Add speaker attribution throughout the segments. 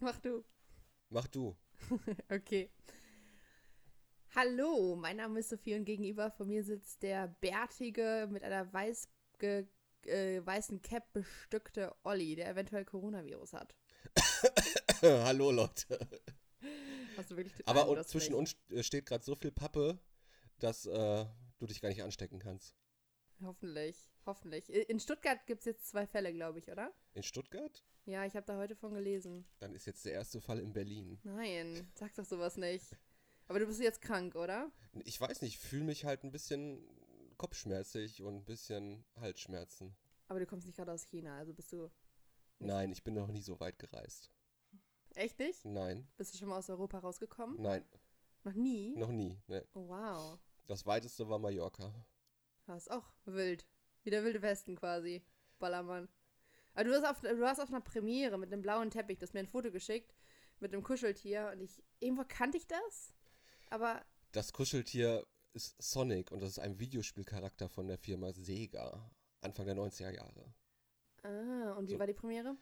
Speaker 1: Mach du.
Speaker 2: Mach du.
Speaker 1: Okay. Hallo, mein Name ist Sophie und gegenüber von mir sitzt der bärtige, mit einer weiß ge, äh, weißen Cap bestückte Olli, der eventuell Coronavirus hat.
Speaker 2: Hallo Leute.
Speaker 1: Hast du wirklich
Speaker 2: Aber
Speaker 1: Nein,
Speaker 2: un-
Speaker 1: das
Speaker 2: zwischen
Speaker 1: nicht.
Speaker 2: uns äh, steht gerade so viel Pappe, dass äh, du dich gar nicht anstecken kannst.
Speaker 1: Hoffentlich, hoffentlich. I- In Stuttgart gibt es jetzt zwei Fälle, glaube ich, oder?
Speaker 2: In Stuttgart?
Speaker 1: Ja, ich habe da heute von gelesen.
Speaker 2: Dann ist jetzt der erste Fall in Berlin.
Speaker 1: Nein, sag doch sowas nicht. Aber du bist jetzt krank, oder?
Speaker 2: Ich weiß nicht, ich fühle mich halt ein bisschen kopfschmerzig und ein bisschen Halsschmerzen.
Speaker 1: Aber du kommst nicht gerade aus China, also bist du Hm.
Speaker 2: Nein, ich bin noch nie so weit gereist.
Speaker 1: echt nicht?
Speaker 2: Nein,
Speaker 1: Bist du schon mal aus Europa rausgekommen?
Speaker 2: nein,
Speaker 1: Noch nie?
Speaker 2: noch nie. Ne.
Speaker 1: Oh, wow.
Speaker 2: Das weiteste war Mallorca.
Speaker 1: Das ist auch wild. Wie der wilde Westen quasi. Ballermann. Aber du warst, auf, du warst auf einer Premiere mit einem blauen Teppich. Du hast mir ein Foto geschickt mit einem Kuscheltier. Und ich, irgendwo kannte ich das. Aber
Speaker 2: Das Kuscheltier ist Sonic und das ist ein Videospielcharakter von der Firma Sega. Anfang der 90er Jahre.
Speaker 1: Ah, und wie
Speaker 2: So.
Speaker 1: war die Premiere?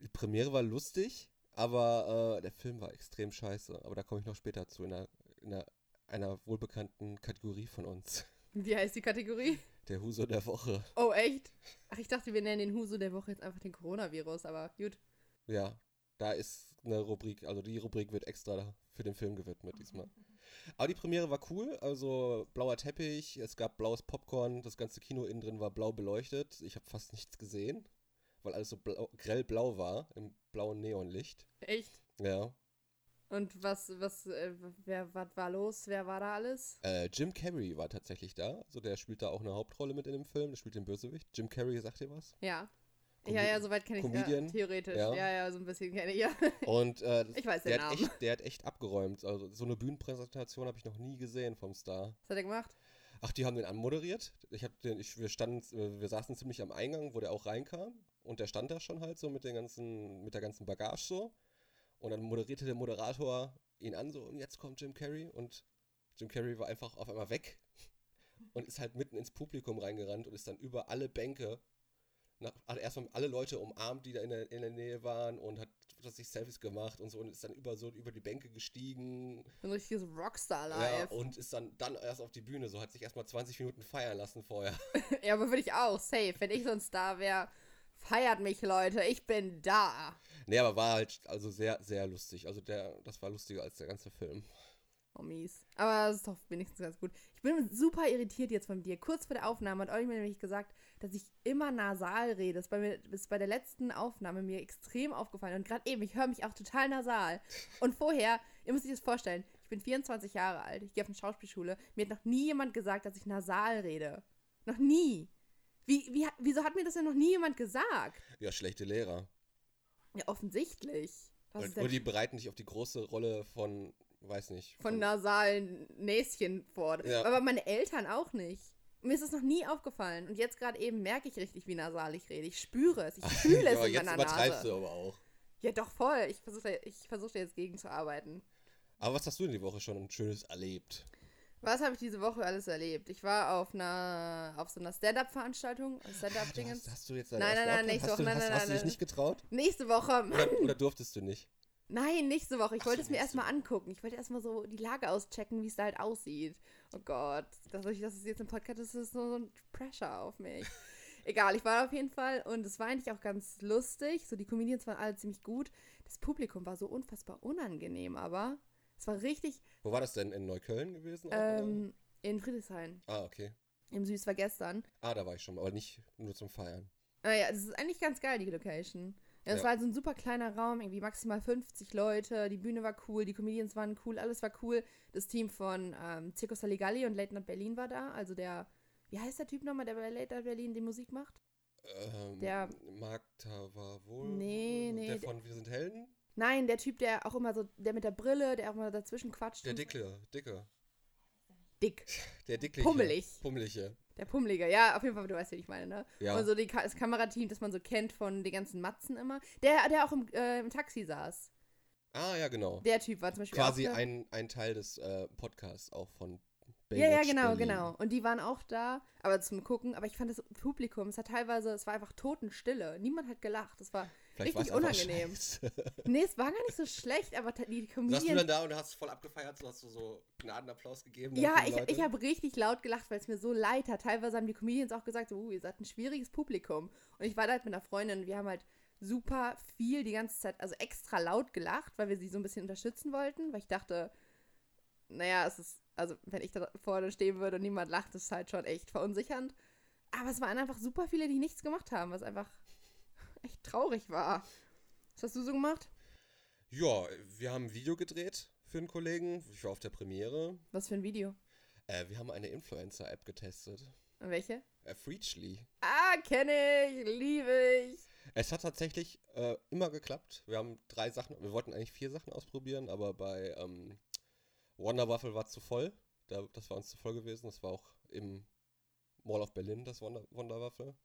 Speaker 2: Die Premiere war lustig, aber äh, der Film war extrem scheiße. Aber da komme ich noch später zu, in einer, in einer, einer wohlbekannten Kategorie von uns.
Speaker 1: Wie heißt die Kategorie?
Speaker 2: Der Huso der Woche.
Speaker 1: Oh, echt? Ach, ich dachte, wir nennen den Huso der Woche jetzt einfach den Coronavirus, aber gut.
Speaker 2: Ja, da ist eine Rubrik, also die Rubrik wird extra für den Film gewidmet diesmal. Aber die Premiere war cool, also blauer Teppich, es gab blaues Popcorn, das ganze Kino innen drin war blau beleuchtet. Ich habe fast nichts gesehen, weil alles so blau, grellblau war, im blauen Neonlicht.
Speaker 1: Echt?
Speaker 2: Ja.
Speaker 1: Und was, was, äh, wer, was war los? Wer war da alles?
Speaker 2: Äh, Jim Carrey war tatsächlich da. Also der spielt da auch eine Hauptrolle mit in dem Film. Der spielt den Bösewicht. Jim Carrey, sagt ihr was?
Speaker 1: Ja.
Speaker 2: Comedi-
Speaker 1: ja, ja, soweit kenne ich
Speaker 2: Comedian?
Speaker 1: Ja, theoretisch.
Speaker 2: Ja.
Speaker 1: Ja. ja, so ein bisschen kenne ich. Ja.
Speaker 2: Und äh,
Speaker 1: Ich weiß
Speaker 2: der,
Speaker 1: den
Speaker 2: hat
Speaker 1: Namen.
Speaker 2: echt, der hat echt abgeräumt. Also so eine Bühnenpräsentation habe ich noch nie gesehen vom Star.
Speaker 1: Was hat er gemacht?
Speaker 2: Ach, die haben den anmoderiert. Ich hab den, ich, wir standen, äh, wir saßen ziemlich am Eingang, wo der auch reinkam. Und der stand da schon halt so mit den ganzen, mit der ganzen Bagage so. Und dann moderierte der Moderator ihn an so und jetzt kommt Jim Carrey und Jim Carrey war einfach auf einmal weg und ist halt mitten ins Publikum reingerannt und ist dann über alle Bänke nach, hat erstmal alle Leute umarmt, die da in der, in der Nähe waren und hat, hat sich Selfies gemacht und so und ist dann über so über die Bänke gestiegen
Speaker 1: Ein richtiges Rockstar
Speaker 2: ja,
Speaker 1: live. Ja,
Speaker 2: und ist dann, dann erst auf die Bühne, so hat sich erstmal 20 Minuten feiern lassen vorher.
Speaker 1: aber würde ich auch. Safe. Wenn ich so ein Star wäre, feiert mich, Leute. Ich bin da.
Speaker 2: nee, aber war halt also sehr, sehr lustig. Also der, das war lustiger als der ganze Film.
Speaker 1: Oh, mies. Aber es ist doch wenigstens ganz gut. Ich bin super irritiert jetzt von dir. Kurz vor der Aufnahme hat Olli mir nämlich gesagt, dass ich immer nasal rede. Das ist bei, mir, das ist bei der letzten Aufnahme mir extrem aufgefallen. Und gerade eben, ich höre mich auch total nasal. Und vorher, ihr müsst euch das vorstellen, ich bin 24 Jahre alt, ich gehe auf eine Schauspielschule. Mir hat noch nie jemand gesagt, dass ich nasal rede. Noch nie. Wie, wie, wieso hat mir das denn noch nie jemand gesagt?
Speaker 2: Ja, schlechte Lehrer.
Speaker 1: Ja, offensichtlich. Das
Speaker 2: Und,
Speaker 1: ist ja
Speaker 2: und die bereiten dich auf die große Rolle von, weiß nicht.
Speaker 1: von nasalen Näschen vor.
Speaker 2: Ja.
Speaker 1: Aber meine Eltern auch nicht. Mir ist es noch nie aufgefallen. Und jetzt gerade eben merke ich richtig, wie nasal ich rede. Ich spüre es. Ich fühle es
Speaker 2: aber
Speaker 1: in
Speaker 2: jetzt
Speaker 1: meiner
Speaker 2: übertreibst
Speaker 1: Nase.
Speaker 2: du aber auch.
Speaker 1: Ja, doch voll. Ich versuche ich versuch da jetzt gegenzuarbeiten.
Speaker 2: Aber was hast du denn die Woche schon Schönes erlebt?
Speaker 1: Was habe ich diese Woche alles erlebt? Ich war auf einer auf so einer Stand-up-Veranstaltung.
Speaker 2: Hast,
Speaker 1: Stand-up-Dingens.
Speaker 2: hast du jetzt deine
Speaker 1: Nein,
Speaker 2: erste
Speaker 1: nein, nein,
Speaker 2: Auftritt?
Speaker 1: nächste
Speaker 2: hast
Speaker 1: Woche,
Speaker 2: du,
Speaker 1: nein,
Speaker 2: hast,
Speaker 1: nein,
Speaker 2: hast du
Speaker 1: nein,
Speaker 2: dich
Speaker 1: nein.
Speaker 2: nicht getraut?
Speaker 1: Nächste Woche.
Speaker 2: Oder, oder durftest du nicht?
Speaker 1: Nein, nächste Woche. Ich
Speaker 2: Ach
Speaker 1: wollte
Speaker 2: so,
Speaker 1: es mir
Speaker 2: nächste
Speaker 1: erstmal angucken. Ich wollte erstmal so die Lage auschecken, wie es da halt aussieht. Oh Gott, dass ich das jetzt im Podcast ist, ist so so ein Pressure auf mich. Egal, ich war da auf jeden Fall und es war eigentlich auch ganz lustig. So, die Comedians waren alle ziemlich gut. Das Publikum war so unfassbar unangenehm, aber es war richtig
Speaker 2: Wo war das denn? In Neukölln gewesen? auch, oder?
Speaker 1: ähm, in Friedrichshain.
Speaker 2: ah, okay.
Speaker 1: Im Süß war gestern.
Speaker 2: Ah, da war ich schon, aber nicht nur zum Feiern.
Speaker 1: Naja, Ah das ist eigentlich ganz geil, die Location. Ja, Es
Speaker 2: Ja.
Speaker 1: war halt so ein super kleiner Raum, irgendwie maximal 50 Leute. Die Bühne war cool, die Comedians waren cool, alles war cool. Das Team von ähm, Circus Saligalli und Late Night Berlin war da. Also der, wie heißt der Typ nochmal, der bei Late Night Berlin die Musik macht?
Speaker 2: Ähm,
Speaker 1: Der-
Speaker 2: Magda war wohl.
Speaker 1: Nee, nee,
Speaker 2: Der
Speaker 1: der-
Speaker 2: von Wir sind Helden?
Speaker 1: Nein, der Typ, der auch immer so, der mit der Brille, der auch immer dazwischen quatscht.
Speaker 2: Der
Speaker 1: und-
Speaker 2: Dicke, Dicke.
Speaker 1: Dick.
Speaker 2: Der Dickliche.
Speaker 1: Pummelig.
Speaker 2: Pummelige.
Speaker 1: Der Pummelige. Ja, auf jeden Fall, du weißt, wen ich meine, ne?
Speaker 2: Ja.
Speaker 1: Und so die, Ka- das Kamerateam, das man so kennt von den ganzen Matzen immer. Der, der auch im, äh, im Taxi saß.
Speaker 2: Ah, ja, genau.
Speaker 1: Der Typ war zum Beispiel auch
Speaker 2: Quasi
Speaker 1: ne?
Speaker 2: ein, ein Teil des äh, Podcasts auch von
Speaker 1: Ja, ja, genau, genau. Und die waren auch da, aber zum Gucken. Aber ich fand das Publikum, es hat teilweise, es war einfach Totenstille. Niemand hat gelacht. Es war
Speaker 2: Vielleicht
Speaker 1: richtig
Speaker 2: war's einfach
Speaker 1: unangenehm.
Speaker 2: scheiße.
Speaker 1: Nee, es war gar nicht so schlecht, aber ta- die
Speaker 2: Saßt du dann
Speaker 1: Comedians.
Speaker 2: da und hast voll abgefeiert, so hast du so Gnadenapplaus gegeben.
Speaker 1: Ja,
Speaker 2: dann für die
Speaker 1: ich,
Speaker 2: Leute?
Speaker 1: ich habe richtig laut gelacht, weil es mir so leid hat. Teilweise haben die Comedians auch gesagt, so, uh, ihr seid ein schwieriges Publikum. Und ich war da halt mit einer Freundin und wir haben halt super viel die ganze Zeit, also extra laut gelacht, weil wir sie so ein bisschen unterstützen wollten, weil ich dachte, naja, es ist, also wenn ich da vorne stehen würde und niemand lacht, ist es halt schon echt verunsichernd. Aber es waren einfach super viele, die nichts gemacht haben, was einfach echt traurig war. Was hast du so gemacht?
Speaker 2: Ja, wir haben ein Video gedreht für einen Kollegen. Ich war auf der Premiere.
Speaker 1: Was für ein Video?
Speaker 2: Äh, wir haben eine Influencer-App getestet.
Speaker 1: Und welche?
Speaker 2: Äh, Freechly.
Speaker 1: Ah, kenne ich, liebe ich.
Speaker 2: Es hat tatsächlich äh, immer geklappt. Wir haben drei Sachen, wir wollten eigentlich vier Sachen ausprobieren, aber bei ähm, Wonder Waffle war es zu voll. Da, das war uns zu voll gewesen. Das war auch im Mall of Berlin, das Wonder, Wonder Waffle.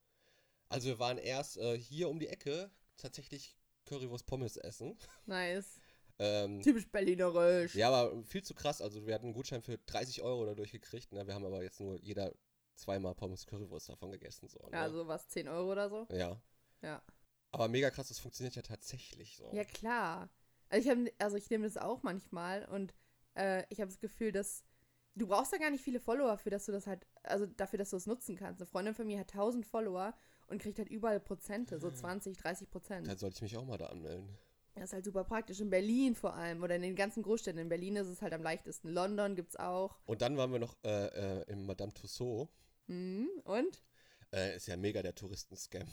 Speaker 2: Also wir waren erst äh, hier um die Ecke tatsächlich Currywurst Pommes essen.
Speaker 1: Nice.
Speaker 2: Ähm,
Speaker 1: Typisch Berlinerisch.
Speaker 2: ja, aber viel zu krass. Also wir hatten einen Gutschein für 30 Euro dadurch gekriegt. Ne? Wir haben aber jetzt nur jeder zweimal Pommes Currywurst davon gegessen. So, ne?
Speaker 1: Also was, 10 Euro oder so?
Speaker 2: ja.
Speaker 1: Ja.
Speaker 2: Aber mega krass, das funktioniert ja tatsächlich so.
Speaker 1: Ja, klar. Also ich, hab, also ich nehme das auch manchmal und äh, ich habe das Gefühl, dass du brauchst da gar nicht viele Follower für, dass du das halt, also dafür, dass du es nutzen kannst. Eine Freundin von mir hat 1000 Follower und kriegt halt überall Prozente,
Speaker 2: Mhm.
Speaker 1: so 20, 30
Speaker 2: Dann
Speaker 1: Prozent.
Speaker 2: sollte ich mich auch mal da anmelden.
Speaker 1: Das ist halt super praktisch. In Berlin vor allem oder in den ganzen Großstädten. In Berlin ist es halt am leichtesten. London gibt's auch.
Speaker 2: Und dann waren wir noch äh, äh, in Madame Tussauds.
Speaker 1: Hm, und?
Speaker 2: Äh, ist ja mega der Touristen-Scam.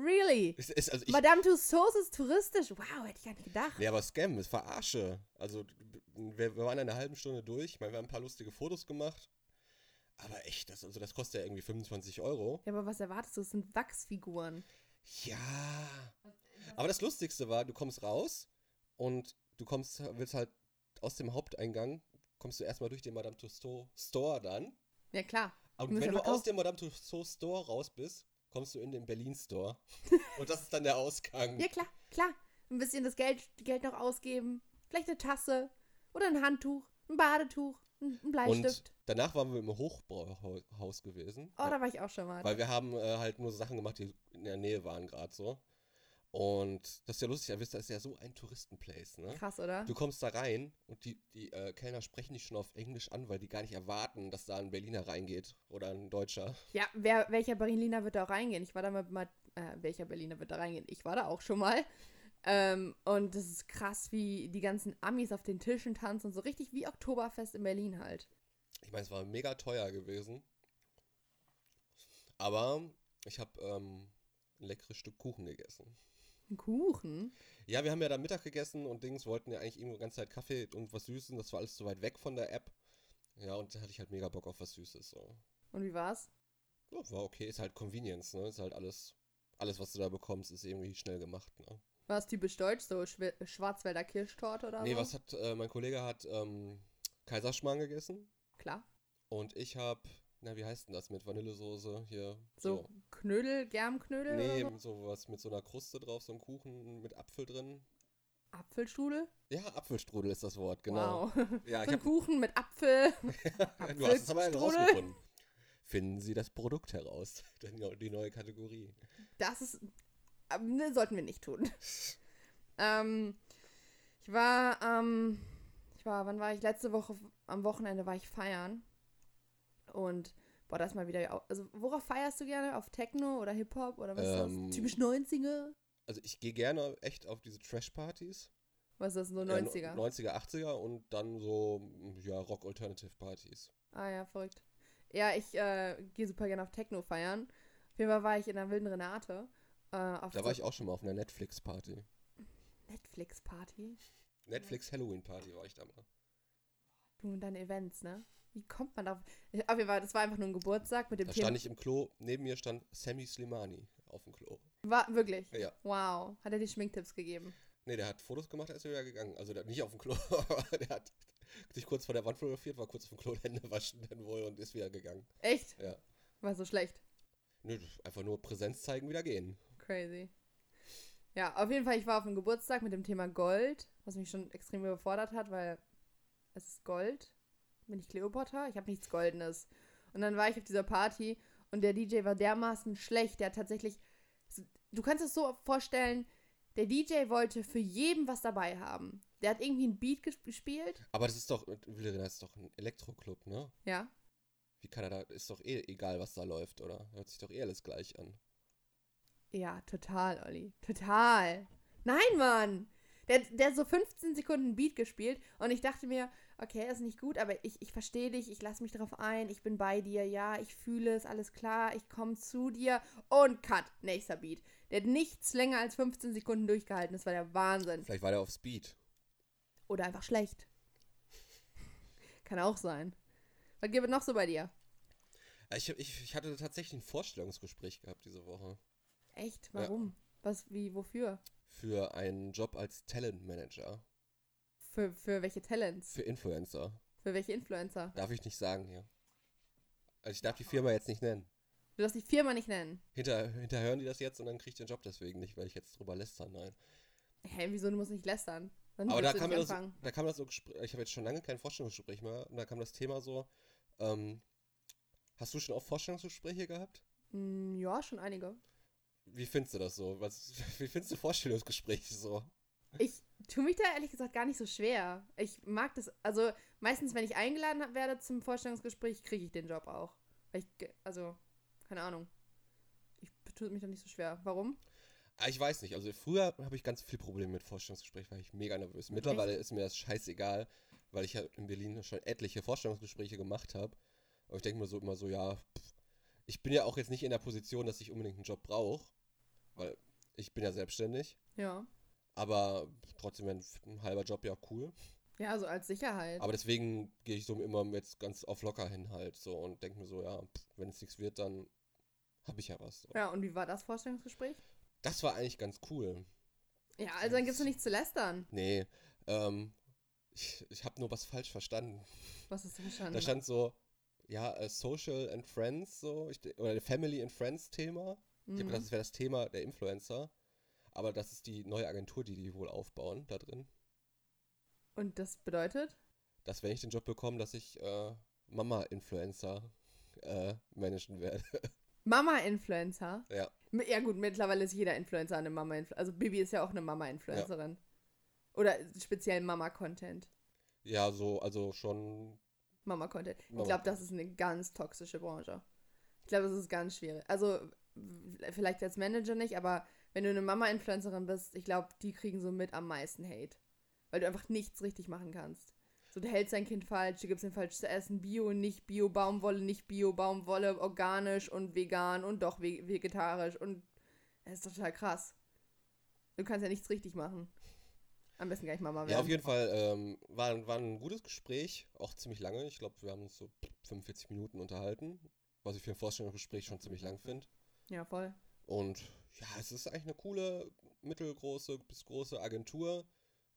Speaker 1: Really?
Speaker 2: Es ist, also ich,
Speaker 1: Madame Tussauds ist touristisch. Wow, hätte ich gar nicht gedacht.
Speaker 2: nee, aber Scam ist Verarsche. Also wir, wir waren in einer halben Stunde durch. Ich meine, wir haben ein paar lustige Fotos gemacht. Aber echt, das, also das kostet ja irgendwie 25 Euro.
Speaker 1: Ja, aber was erwartest du? Es sind Wachsfiguren.
Speaker 2: Ja. Aber das Lustigste war, du kommst raus und du kommst, willst halt aus dem Haupteingang, kommst du erstmal durch den Madame Tussauds Store dann.
Speaker 1: Ja, klar.
Speaker 2: Aber
Speaker 1: Die müssen
Speaker 2: wenn
Speaker 1: ja
Speaker 2: du aus
Speaker 1: verkaufen.
Speaker 2: dem Madame Tussauds Store raus bist, kommst du in den Berlin Store. Und das ist dann der Ausgang.
Speaker 1: Ja, klar, klar. Ein bisschen das Geld, Geld noch ausgeben. Vielleicht eine Tasse oder ein Handtuch, ein Badetuch, ein ein
Speaker 2: Und
Speaker 1: Bleistift.
Speaker 2: danach waren wir im Hochbrauhaus gewesen.
Speaker 1: oh, da war ich auch schon mal.
Speaker 2: weil wir haben äh, halt nur so Sachen gemacht, die in der Nähe waren gerade so. Und das ist ja lustig, ihr wisst, das ist ja so ein Touristenplace, ne?
Speaker 1: Krass, oder?
Speaker 2: Du kommst da rein und die, die äh, Kellner sprechen dich schon auf Englisch an, weil die gar nicht erwarten, dass da ein Berliner reingeht oder ein Deutscher.
Speaker 1: Ja, wer, welcher Berliner wird da auch reingehen? Ich war da mal, mal äh, welcher Berliner wird da reingehen? Ich war da auch schon mal. Ähm, und das ist krass, wie die ganzen Amis auf den Tischen tanzen. So richtig wie Oktoberfest in Berlin halt.
Speaker 2: Ich meine, es war mega teuer gewesen. Aber ich habe ähm, ein leckeres Stück Kuchen gegessen.
Speaker 1: Ein Kuchen?
Speaker 2: Ja, wir haben ja da Mittag gegessen und Dings wollten ja eigentlich irgendwo die ganze Zeit Kaffee und was Süßes. Das war alles zu weit weg von der App. Ja, und da hatte ich halt mega Bock auf was Süßes. So.
Speaker 1: Und wie war's?
Speaker 2: Ja, war okay, ist halt Convenience, ne? Ist halt alles, alles, was du da bekommst, ist irgendwie schnell gemacht, ne?
Speaker 1: War's typisch deutsch, so Schw Schwarzwälder Kirschtorte oder
Speaker 2: Nee,
Speaker 1: so?
Speaker 2: was hat, äh, mein Kollege hat ähm, Kaiserschmarrn gegessen
Speaker 1: Klar.
Speaker 2: und ich habe, na, wie heißt denn das mit Vanillesoße hier?
Speaker 1: So, Knödel, Germknödel
Speaker 2: Nee,
Speaker 1: oder so?
Speaker 2: sowas mit so einer Kruste drauf, so ein Kuchen mit Apfel drin.
Speaker 1: Apfelstrudel?
Speaker 2: Ja, Apfelstrudel ist das Wort, genau.
Speaker 1: Wow.
Speaker 2: Ja,
Speaker 1: So
Speaker 2: ich
Speaker 1: ein Kuchen mit Apfel.
Speaker 2: hab, du hast es aber
Speaker 1: Apfelstrudel.
Speaker 2: herausgefunden. Finden Sie das Produkt heraus, die neu- die neue Kategorie.
Speaker 1: Das ist. ähm, Ne, sollten wir nicht tun. Ähm, ich war, ähm, ich war, wann war ich? Letzte Woche am Wochenende war ich feiern. Und boah, das mal wieder. au- Also, worauf feierst du gerne? Auf Techno oder Hip-Hop oder was ist
Speaker 2: Ähm,
Speaker 1: das? Typisch 90er?
Speaker 2: Also ich gehe gerne echt auf diese Trash-Partys.
Speaker 1: Was ist das? So
Speaker 2: Ja,
Speaker 1: 90er?
Speaker 2: äh, no- 90er, 80er und dann so, mm, ja, Rock-Alternative-Partys.
Speaker 1: Ah ja, verrückt. Ja, ich äh, gehe super gerne auf Techno feiern. Auf jeden Fall war ich in der Wilden Renate. Äh, auf
Speaker 2: Da war ich auch schon mal auf einer Netflix-Party.
Speaker 1: Netflix-Party.
Speaker 2: Netflix-Halloween-Party war ich da mal.
Speaker 1: Du und deine Events, ne? Wie kommt man darauf? Auf jeden Fall, das war einfach nur ein Geburtstag mit dem
Speaker 2: Da
Speaker 1: Thema.
Speaker 2: stand ich im Klo, neben mir stand Sammy Slimani auf dem Klo.
Speaker 1: War wirklich.
Speaker 2: Ja.
Speaker 1: Wow. Hat er dir Schminktipps gegeben?
Speaker 2: Nee, der hat Fotos gemacht, er ist wieder gegangen. Also der, nicht auf dem Klo, aber der hat sich kurz vor der Wand fotografiert, war kurz auf dem Klo Hände waschen dann wohl und ist wieder gegangen.
Speaker 1: Echt?
Speaker 2: Ja.
Speaker 1: War so schlecht.
Speaker 2: Nö, einfach nur Präsenz zeigen, wieder gehen.
Speaker 1: Crazy. Ja, auf jeden Fall, ich war auf dem Geburtstag mit dem Thema Gold, was mich schon extrem überfordert hat, weil es ist Gold. bin ich Kleopatra? Ich habe nichts Goldenes. Und dann war ich auf dieser Party und der DJ war dermaßen schlecht. Der hat tatsächlich. Du kannst es so vorstellen, der DJ wollte für jeden was dabei haben. Der hat irgendwie einen Beat ges- gespielt.
Speaker 2: Aber das ist doch, Wilhelmina ist doch ein Elektroclub, ne?
Speaker 1: Ja.
Speaker 2: Wie kann er da, ist doch eh egal, was da läuft, oder? Hört sich doch eh alles gleich an.
Speaker 1: Ja, total, Olli. Total. Nein, Mann! Der, der hat so 15 Sekunden Beat gespielt und ich dachte mir, okay, ist nicht gut, aber ich, ich verstehe dich, ich lasse mich drauf ein, ich bin bei dir, ja, ich fühle es, alles klar, ich komme zu dir und cut, nächster Beat. Der hat nichts länger als 15 Sekunden durchgehalten, das war der Wahnsinn.
Speaker 2: Vielleicht war der auf Speed.
Speaker 1: Oder einfach schlecht. Kann auch sein. Was gibt es noch so bei dir?
Speaker 2: Äh, Ich, ich, ich hatte tatsächlich ein Vorstellungsgespräch gehabt diese Woche.
Speaker 1: Echt?
Speaker 2: Ja.
Speaker 1: Warum? Was, wie, wofür?
Speaker 2: Für einen Job als Talentmanager.
Speaker 1: Für, für welche Talents?
Speaker 2: Für Influencer.
Speaker 1: Für welche Influencer?
Speaker 2: Darf ich nicht sagen hier. Also ich darf die Firma jetzt nicht nennen.
Speaker 1: Du darfst die Firma nicht nennen.
Speaker 2: Hinter, hinterhören die das jetzt und dann kriege ich den Job deswegen nicht, weil ich jetzt drüber lästern, nein.
Speaker 1: Hä, wieso? Du musst nicht lästern. Dann
Speaker 2: Aber da
Speaker 1: würdest du
Speaker 2: kam, mir
Speaker 1: nicht
Speaker 2: das,
Speaker 1: anfangen.
Speaker 2: da kam das so, Gespr- ich habe jetzt schon lange kein Vorstellungsgespräch mehr, und da kam das Thema so, ähm, hast du schon auch Vorstellungsgespräche gehabt?
Speaker 1: Mm, ja, schon einige.
Speaker 2: Wie findest du das so? Was, wie findest du Vorstellungsgespräche so?
Speaker 1: Ich tue mich da ehrlich gesagt gar nicht so schwer. Ich mag das, also meistens, wenn ich eingeladen hab- werde zum Vorstellungsgespräch, kriege ich den Job auch. Weil ich, ge- also, keine Ahnung. Ich tue mich da nicht so schwer. Warum?
Speaker 2: Ah, ich weiß nicht, also früher habe ich ganz viel Probleme mit Vorstellungsgesprächen, war ich mega nervös. Mittlerweile ist mir das scheißegal, weil ich ja in Berlin schon etliche Vorstellungsgespräche gemacht habe. Aber ich denke mir so immer so, ja, pff, ich bin ja auch jetzt nicht in der Position, dass ich unbedingt einen Job brauche, weil ich bin ja selbstständig.
Speaker 1: Ja.
Speaker 2: Aber trotzdem wäre ein, ein halber Job ja cool.
Speaker 1: Ja, also als Sicherheit.
Speaker 2: Aber deswegen gehe ich so immer jetzt ganz auf locker hin halt so und denke mir so, ja, pff, wenn es nichts wird, dann habe ich ja was. So.
Speaker 1: ja, und wie war das Vorstellungsgespräch?
Speaker 2: Das war eigentlich ganz cool.
Speaker 1: Ja, also dann gibt's doch nichts zu lästern.
Speaker 2: Nee, ähm, ich, ich habe nur was falsch verstanden.
Speaker 1: Was ist denn schon?
Speaker 2: Da stand so, ja, äh, Social and Friends, so, ich, de- oder Family and Friends Thema. Ich habe
Speaker 1: Mhm.
Speaker 2: gedacht, das wäre das Thema der Influencer. Aber das ist die neue Agentur, die die wohl aufbauen da drin.
Speaker 1: Und das bedeutet?
Speaker 2: Dass, wenn ich den Job bekomme, dass ich äh, Mama-Influencer äh, managen werde.
Speaker 1: Mama-Influencer?
Speaker 2: Ja.
Speaker 1: M- Ja, gut, mittlerweile ist jeder Influencer eine Mama-Influencerin. Also, Bibi ist ja auch eine Mama-Influencerin. Oder speziell Mama-Content.
Speaker 2: Ja, so, also schon.
Speaker 1: Mama-Content. Ich
Speaker 2: Mama-
Speaker 1: glaube, das ist eine ganz toxische Branche. Ich glaube, das ist ganz schwierig. Also, w- vielleicht als Manager nicht, aber wenn du eine Mama-Influencerin bist, ich glaube, die kriegen so mit am meisten Hate. Weil du einfach nichts richtig machen kannst. So, du hältst dein Kind falsch, du gibst ihm falsch zu essen, Bio, nicht Bio, Baumwolle, nicht Bio, Baumwolle, organisch und vegan und doch ve vegetarisch und das ist total krass. Du kannst ja nichts richtig machen. Am besten gleich Mama werden.
Speaker 2: Ja, auf jeden Fall ähm, war, war ein gutes Gespräch, auch ziemlich lange. Ich glaube, wir haben uns so 45 Minuten unterhalten, was ich für ein Vorstellungsgespräch schon ziemlich lang finde.
Speaker 1: ja voll.
Speaker 2: Und ja, es ist eigentlich eine coole, mittelgroße bis große Agentur,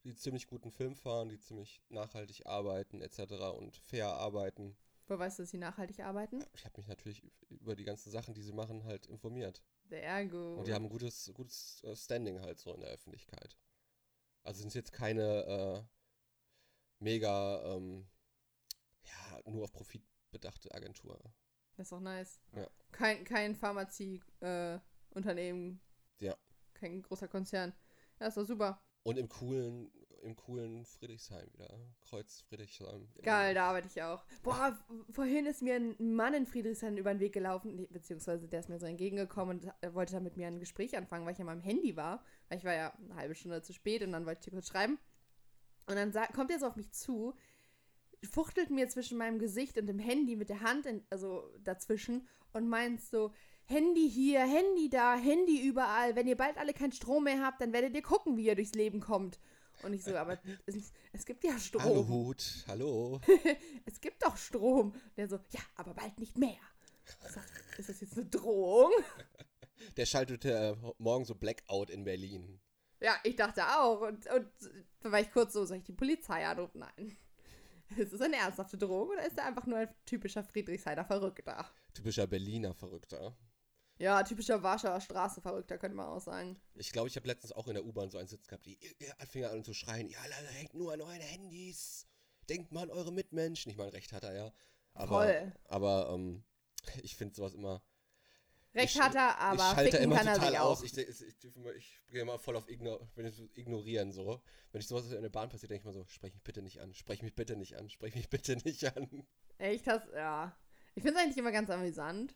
Speaker 2: die ziemlich guten Film fahren, die ziemlich nachhaltig arbeiten etc. und fair arbeiten.
Speaker 1: Wo weißt du, dass sie nachhaltig arbeiten?
Speaker 2: Ich habe mich natürlich über die ganzen Sachen, die sie machen, halt informiert.
Speaker 1: Sehr gut.
Speaker 2: Und die haben ein gutes, gutes äh, Standing halt so in der Öffentlichkeit. Also sind jetzt keine äh, mega, ähm, ja, nur auf Profit bedachte Agentur.
Speaker 1: Das ist doch nice.
Speaker 2: Ja.
Speaker 1: Kein, kein Pharmazieunternehmen.
Speaker 2: Ja.
Speaker 1: Kein großer Konzern. Ja, ist doch super.
Speaker 2: Und im coolen, im coolen Friedrichshain wieder. Kreuz Friedrichshain.
Speaker 1: Geil, da arbeite ich auch. Boah, v- vorhin ist mir ein Mann in Friedrichshain über den Weg gelaufen, nee, beziehungsweise der ist mir so entgegengekommen und äh, wollte dann mit mir ein Gespräch anfangen, weil ich ja mal am Handy war. Weil ich war ja eine halbe Stunde zu spät und dann wollte ich dir kurz schreiben. Und dann sa- kommt er so auf mich zu, fuchtelt mir zwischen meinem Gesicht und dem Handy mit der Hand, in, also dazwischen, und meint so, Handy hier, Handy da, Handy überall. Wenn ihr bald alle keinen Strom mehr habt, dann werdet ihr gucken, wie ihr durchs Leben kommt. Und ich so, aber es, es gibt ja Strom.
Speaker 2: Hallo Hut, hallo.
Speaker 1: es gibt doch Strom. Und der so, ja, aber bald nicht mehr. Ich sag, ist das jetzt eine Drohung?
Speaker 2: Der schaltete äh, morgen so Blackout in Berlin.
Speaker 1: Ja, ich dachte auch. Und, und da war ich kurz so, soll ich die Polizei anrufen? Nein. Ist das eine ernsthafte Drohung oder ist er einfach nur ein typischer Friedrichshainer Verrückter?
Speaker 2: Typischer Berliner Verrückter.
Speaker 1: Ja, typischer Warschauer Straße-Verrückter, könnte man auch sagen.
Speaker 2: Ich glaube, ich habe letztens auch in der U-Bahn so einen Sitz gehabt, die ihr- ihr fing an zu schreien, ja, leider hängt nur an euren Handys. denkt mal an eure Mitmenschen. Ich meine, recht hat er ja. Aber,
Speaker 1: Voll.
Speaker 2: aber ähm, ich finde sowas immer.
Speaker 1: Recht
Speaker 2: ich-
Speaker 1: hat er, aber
Speaker 2: ich schalte
Speaker 1: ficken
Speaker 2: immer
Speaker 1: kann er
Speaker 2: total
Speaker 1: sich
Speaker 2: aus.
Speaker 1: auch.
Speaker 2: Ich, ich, ich, ich gehe immer voll auf igno wenn ich so ignorieren so. Wenn ich sowas in der Bahn passiert, denke ich mal so, sprech mich bitte nicht an, sprech mich bitte nicht an, sprech mich bitte nicht
Speaker 1: Mhm.
Speaker 2: an.
Speaker 1: Echt, das, ja. Ich finde es eigentlich immer ganz amüsant.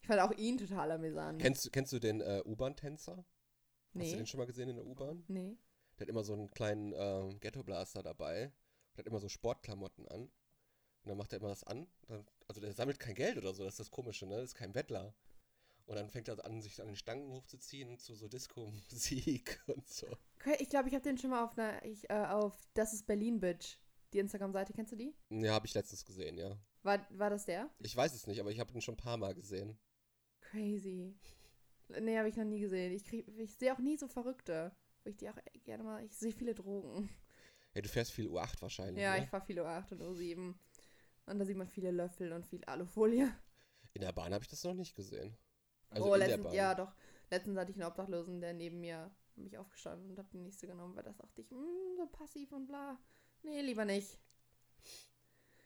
Speaker 1: Ich fand auch ihn total amüsant.
Speaker 2: Kennst, du- kennst du den äh, U-Bahn-Tänzer? Hast du
Speaker 1: nee.
Speaker 2: den schon mal gesehen in der U-Bahn?
Speaker 1: Nee.
Speaker 2: Der hat immer so einen kleinen ähm, Ghetto-Blaster dabei. Der hat immer so Sportklamotten an. Und dann macht er immer das an. Dann, also der sammelt kein Geld oder so, das ist das Komische, ne? Das ist kein Wettler. Und dann fängt er an, sich an den Stangen hochzuziehen zu so Disco-Musik und so.
Speaker 1: Okay, Ich glaube, ich habe den schon mal auf einer, ich, äh, auf Das ist Berlin, Bitch. Die Instagram-Seite, kennst du die?
Speaker 2: Ja, habe ich letztens gesehen, ja.
Speaker 1: War, war das der?
Speaker 2: Ich weiß es nicht, aber ich habe ihn schon ein paar Mal gesehen.
Speaker 1: Crazy. Nee, habe ich noch nie gesehen. Ich, krieg- ich sehe auch nie so Verrückte. Wo ich die auch äh, gerne mal. Ich sehe viele Drogen.
Speaker 2: Ja, du fährst viel U8 wahrscheinlich.
Speaker 1: Ja, ich
Speaker 2: ne?
Speaker 1: fahre viel U8 und U7. Und da sieht man viele Löffel und viel Alufolie.
Speaker 2: In der Bahn habe ich das noch nicht gesehen.
Speaker 1: oh,
Speaker 2: Also in der
Speaker 1: letztens,
Speaker 2: Bahn.
Speaker 1: ja doch. Letztens hatte ich einen Obdachlosen, der neben mir hat mich aufgestanden und habe die nächste genommen, weil das dachte ich, "Mm, so passiv und bla. Nee, lieber nicht.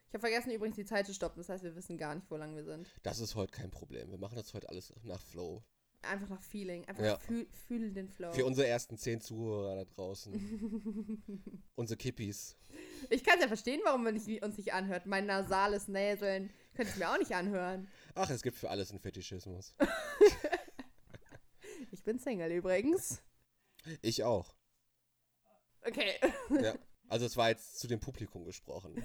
Speaker 1: Ich habe vergessen übrigens die Zeit zu stoppen, das heißt, wir wissen gar nicht, wo lang wir sind.
Speaker 2: Das ist heute kein Problem. Wir machen das heute alles nach Flow.
Speaker 1: Einfach nach Feeling, einfach
Speaker 2: Ja.
Speaker 1: fühl, fühl den Flow.
Speaker 2: Für unsere ersten zehn Zuhörer da draußen. unsere Kippis.
Speaker 1: Ich kann es ja verstehen, warum man nicht, uns nicht anhört. Mein nasales Näseln könnte ich mir auch nicht anhören.
Speaker 2: Ach, es gibt für alles einen Fetischismus.
Speaker 1: Ich bin Single übrigens.
Speaker 2: Ich auch.
Speaker 1: Okay.
Speaker 2: Ja. Also es war jetzt zu dem Publikum gesprochen.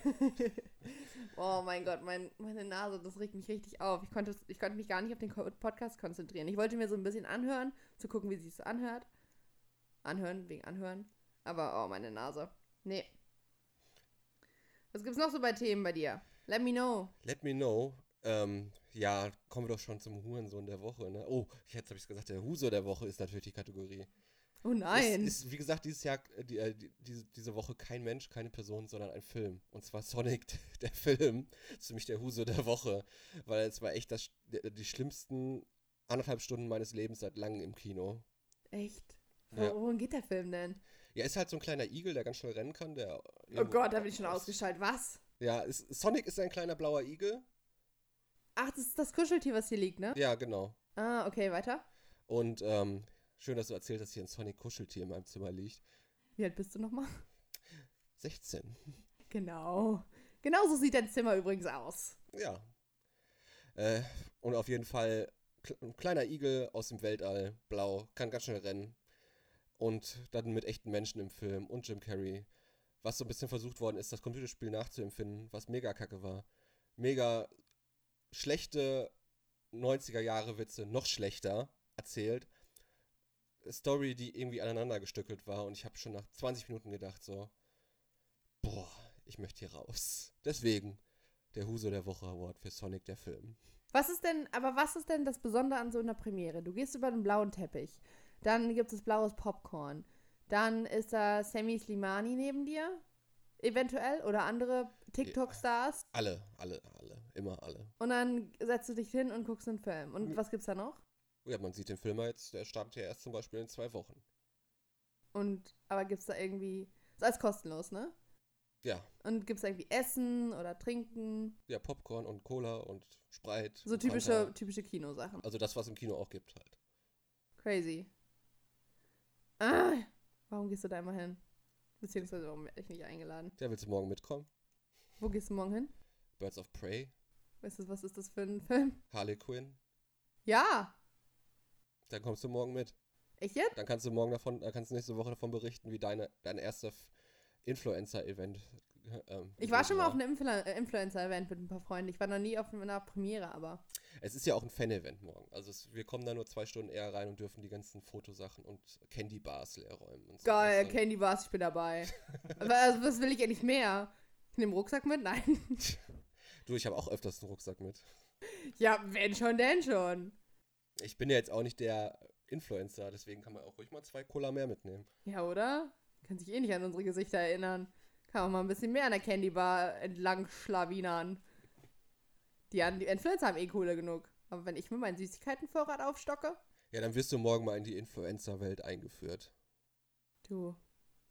Speaker 1: Oh mein Gott, mein, meine Nase, das regt mich richtig auf. Ich konnte, ich konnte mich gar nicht auf den Ko- Podcast konzentrieren. Ich wollte mir so ein bisschen anhören, zu gucken, wie sie es anhört. Anhören, wegen anhören. Aber oh, meine Nase. Nee. Was gibt's noch so bei Themen bei dir? Let me know.
Speaker 2: Let me know. Ähm, ja, kommen wir doch schon zum Hurensohn der Woche, ne? Oh, jetzt habe ich es gesagt, der Huso der Woche ist natürlich die Kategorie.
Speaker 1: Oh nein.
Speaker 2: Ist, ist, wie gesagt, dieses Jahr, äh, die, äh, die, diese, diese Woche kein Mensch, keine Person, sondern ein Film. Und zwar Sonic, der Film, ist für mich der Huso der Woche, weil es war echt das, die schlimmsten anderthalb Stunden meines Lebens seit langem im Kino.
Speaker 1: Echt.
Speaker 2: Ja.
Speaker 1: Wor- Worum geht der Film denn?
Speaker 2: Ja, ist halt so ein kleiner Igel, der ganz schnell rennen kann. Der
Speaker 1: Oh Gott, da bin ich schon ausgeschaltet. Was?
Speaker 2: Ja, ist, Sonic ist ein kleiner blauer Igel.
Speaker 1: Ach, das ist das Kuscheltier, was hier liegt, ne?
Speaker 2: Ja, genau.
Speaker 1: Ah, okay, weiter.
Speaker 2: Und ähm, schön, dass du erzählt hast, hier ein Sonic-Kuscheltier in meinem Zimmer liegt.
Speaker 1: Wie alt bist du nochmal?
Speaker 2: 16.
Speaker 1: Genau. Genau so sieht dein Zimmer übrigens aus.
Speaker 2: Ja. Äh, und auf jeden Fall kle- ein kleiner Igel aus dem Weltall, blau, kann ganz schnell rennen. Und dann mit echten Menschen im Film und Jim Carrey. Was so ein bisschen versucht worden ist, das Computerspiel nachzuempfinden, was mega kacke war. Mega schlechte 90er Jahre Witze, noch schlechter erzählt. Story, die irgendwie aneinander gestückelt war und ich habe schon nach 20 Minuten gedacht so, boah, ich möchte hier raus. Deswegen der Huso der Woche Award für Sonic der Film.
Speaker 1: Was ist denn, aber was ist denn das Besondere an so einer Premiere? Du gehst über den blauen Teppich, dann gibt es blaues Popcorn, dann ist da Sammy Slimani neben dir, eventuell, oder andere TikTok-Stars.
Speaker 2: Alle, alle, alle, immer alle.
Speaker 1: Und dann setzt du dich hin und guckst einen Film. Und
Speaker 2: Ja.
Speaker 1: was gibt's da noch?
Speaker 2: Ja, man sieht den Film ja jetzt, der startet ja erst zum Beispiel in zwei Wochen.
Speaker 1: Und, aber gibt's da irgendwie, ist alles kostenlos, ne?
Speaker 2: Ja,
Speaker 1: Und gibt's da irgendwie Essen oder Trinken?
Speaker 2: ja, Popcorn und Cola und Sprite.
Speaker 1: So
Speaker 2: und
Speaker 1: typische,
Speaker 2: Fanta.
Speaker 1: typische Kinosachen.
Speaker 2: Also das, was im Kino auch gibt halt.
Speaker 1: Crazy. Ah, warum gehst du da immer hin? Beziehungsweise warum werde ich nicht eingeladen?
Speaker 2: Ja, willst du morgen mitkommen?
Speaker 1: Wo gehst du morgen hin?
Speaker 2: Birds of Prey,
Speaker 1: Weißt du, was ist das für ein Film?
Speaker 2: Harley Quinn.
Speaker 1: Ja,
Speaker 2: Dann kommst du morgen mit.
Speaker 1: ich jetzt?
Speaker 2: Dann kannst du morgen davon, dann kannst du nächste Woche davon berichten, wie deine, dein erster F- Influencer-Event. äh, Ähm,
Speaker 1: Ich war schon mal auf
Speaker 2: gewesen
Speaker 1: einem Influ äh, Influencer-Event mit ein paar Freunden. Ich war noch nie auf einer Premiere, aber
Speaker 2: Es ist ja auch ein Fan-Event morgen. Also es, wir kommen da nur zwei Stunden eher rein und dürfen die ganzen Fotosachen und Candy-Bars leer räumen. Und so.
Speaker 1: geil,
Speaker 2: Also-
Speaker 1: Candy Bars, ich bin dabei. aber also, was will ich endlich mehr? Ich nehme Rucksack mit? Nein.
Speaker 2: Du, ich habe auch öfters einen Rucksack mit.
Speaker 1: ja, wenn schon, denn schon.
Speaker 2: Ich bin ja jetzt auch nicht der Influencer, deswegen kann man auch ruhig mal zwei Cola mehr mitnehmen.
Speaker 1: Ja, oder? Kann sich eh nicht an unsere Gesichter erinnern. Kann man mal ein bisschen mehr an der Candy Bar entlang schlawinern. Die, an die Influencer haben eh Kohle genug. Aber wenn ich mir meinen Süßigkeitenvorrat aufstocke,
Speaker 2: Ja, dann wirst du morgen mal in die Influencer-Welt eingeführt.
Speaker 1: du,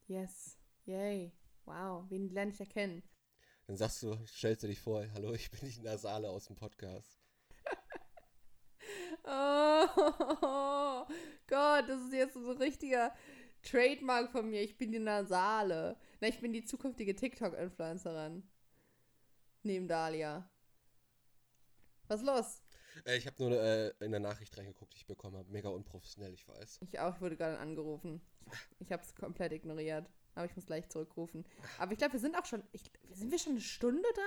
Speaker 1: yes, yay, wow, wen lerne ich da kennen?
Speaker 2: Dann sagst du, stellst du dich vor, hallo, ich bin die Nasale aus dem Podcast.
Speaker 1: Oh Gott, das ist jetzt so ein richtiger Trademark von mir. Ich bin die Nasale. Na, ich bin die zukünftige TikTok-Influencerin. Neben Dahlia. Was ist los?
Speaker 2: Äh, ich habe nur äh, in der Nachricht reingeguckt, die ich bekommen habe. Mega unprofessionell, ich weiß.
Speaker 1: Ich auch wurde gerade angerufen. Ich habe es komplett ignoriert. Aber ich muss gleich zurückrufen. Aber ich glaube, wir sind auch schon. Ich, sind wir schon eine Stunde da?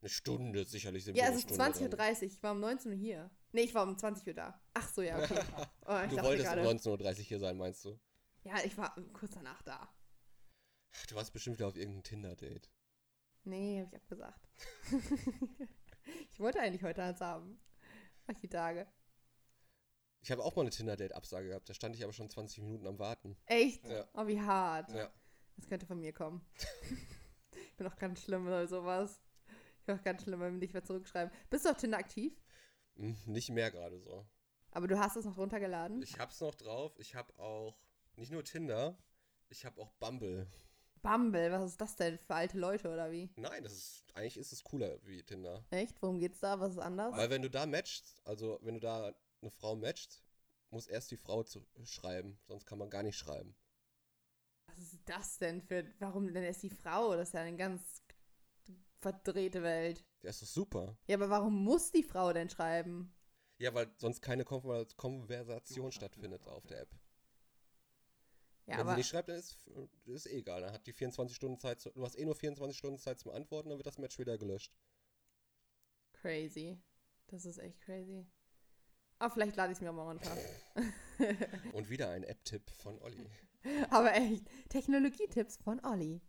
Speaker 2: Eine Stunde, sicherlich sind
Speaker 1: Ja,
Speaker 2: wir
Speaker 1: es
Speaker 2: eine
Speaker 1: ist
Speaker 2: Stunde
Speaker 1: 20.30 Uhr.
Speaker 2: dran.
Speaker 1: Ich war um 19 Uhr hier. Nee, ich war um 20 Uhr da. Ach so, ja, okay. Oh, ich
Speaker 2: Du
Speaker 1: dachte
Speaker 2: wolltest um
Speaker 1: gerade-
Speaker 2: 19.30 Uhr hier sein, meinst du?
Speaker 1: Ja, ich war kurz danach da.
Speaker 2: Ach, Du warst bestimmt wieder auf irgendein Tinder-Date.
Speaker 1: Nee, habe ich abgesagt. ich wollte eigentlich heute eins haben. Ach, die Tage.
Speaker 2: Ich habe auch mal eine Tinder-Date-Absage gehabt. Da stand ich aber schon 20 Minuten am Warten.
Speaker 1: Echt?
Speaker 2: Ja.
Speaker 1: Oh, wie hart.
Speaker 2: Ja.
Speaker 1: Das könnte von mir kommen. ich bin auch ganz schlimm oder sowas. Ich bin auch ganz schlimm, wenn ich was zurückschreiben. Bist du auf Tinder aktiv?
Speaker 2: Hm, Nicht mehr gerade so.
Speaker 1: Aber du hast es noch runtergeladen?
Speaker 2: Ich hab's noch drauf. Ich hab auch nicht nur Tinder, ich hab auch Bumble.
Speaker 1: Bumble, was ist das denn für alte Leute oder wie?
Speaker 2: Nein, das ist eigentlich ist es cooler wie Tinder.
Speaker 1: Echt? Worum geht's da? Was ist anders?
Speaker 2: Weil wenn du da matchst, also wenn du da eine Frau matchst, muss erst die Frau zu schreiben, sonst kann man gar nicht schreiben.
Speaker 1: Was ist das denn für. Warum denn erst die Frau? Das ist ja eine ganz verdrehte Welt.
Speaker 2: Ja, ist doch super.
Speaker 1: Ja, aber warum muss die Frau denn schreiben?
Speaker 2: Ja, weil sonst keine Konver- Konversation stattfindet auf der App.
Speaker 1: Ja,
Speaker 2: wenn
Speaker 1: aber.
Speaker 2: sie nicht schreibt, dann ist ist eh egal. Dann hat die 24 Stunden Zeit. zu- Du hast eh nur 24 Stunden Zeit zum Antworten, dann wird das Match wieder gelöscht.
Speaker 1: Crazy. Das ist echt crazy. Aber vielleicht lade ich es mir auch mal runter.
Speaker 2: Und wieder ein App-Tipp von Olli.
Speaker 1: aber echt. Technologietipps von Olli.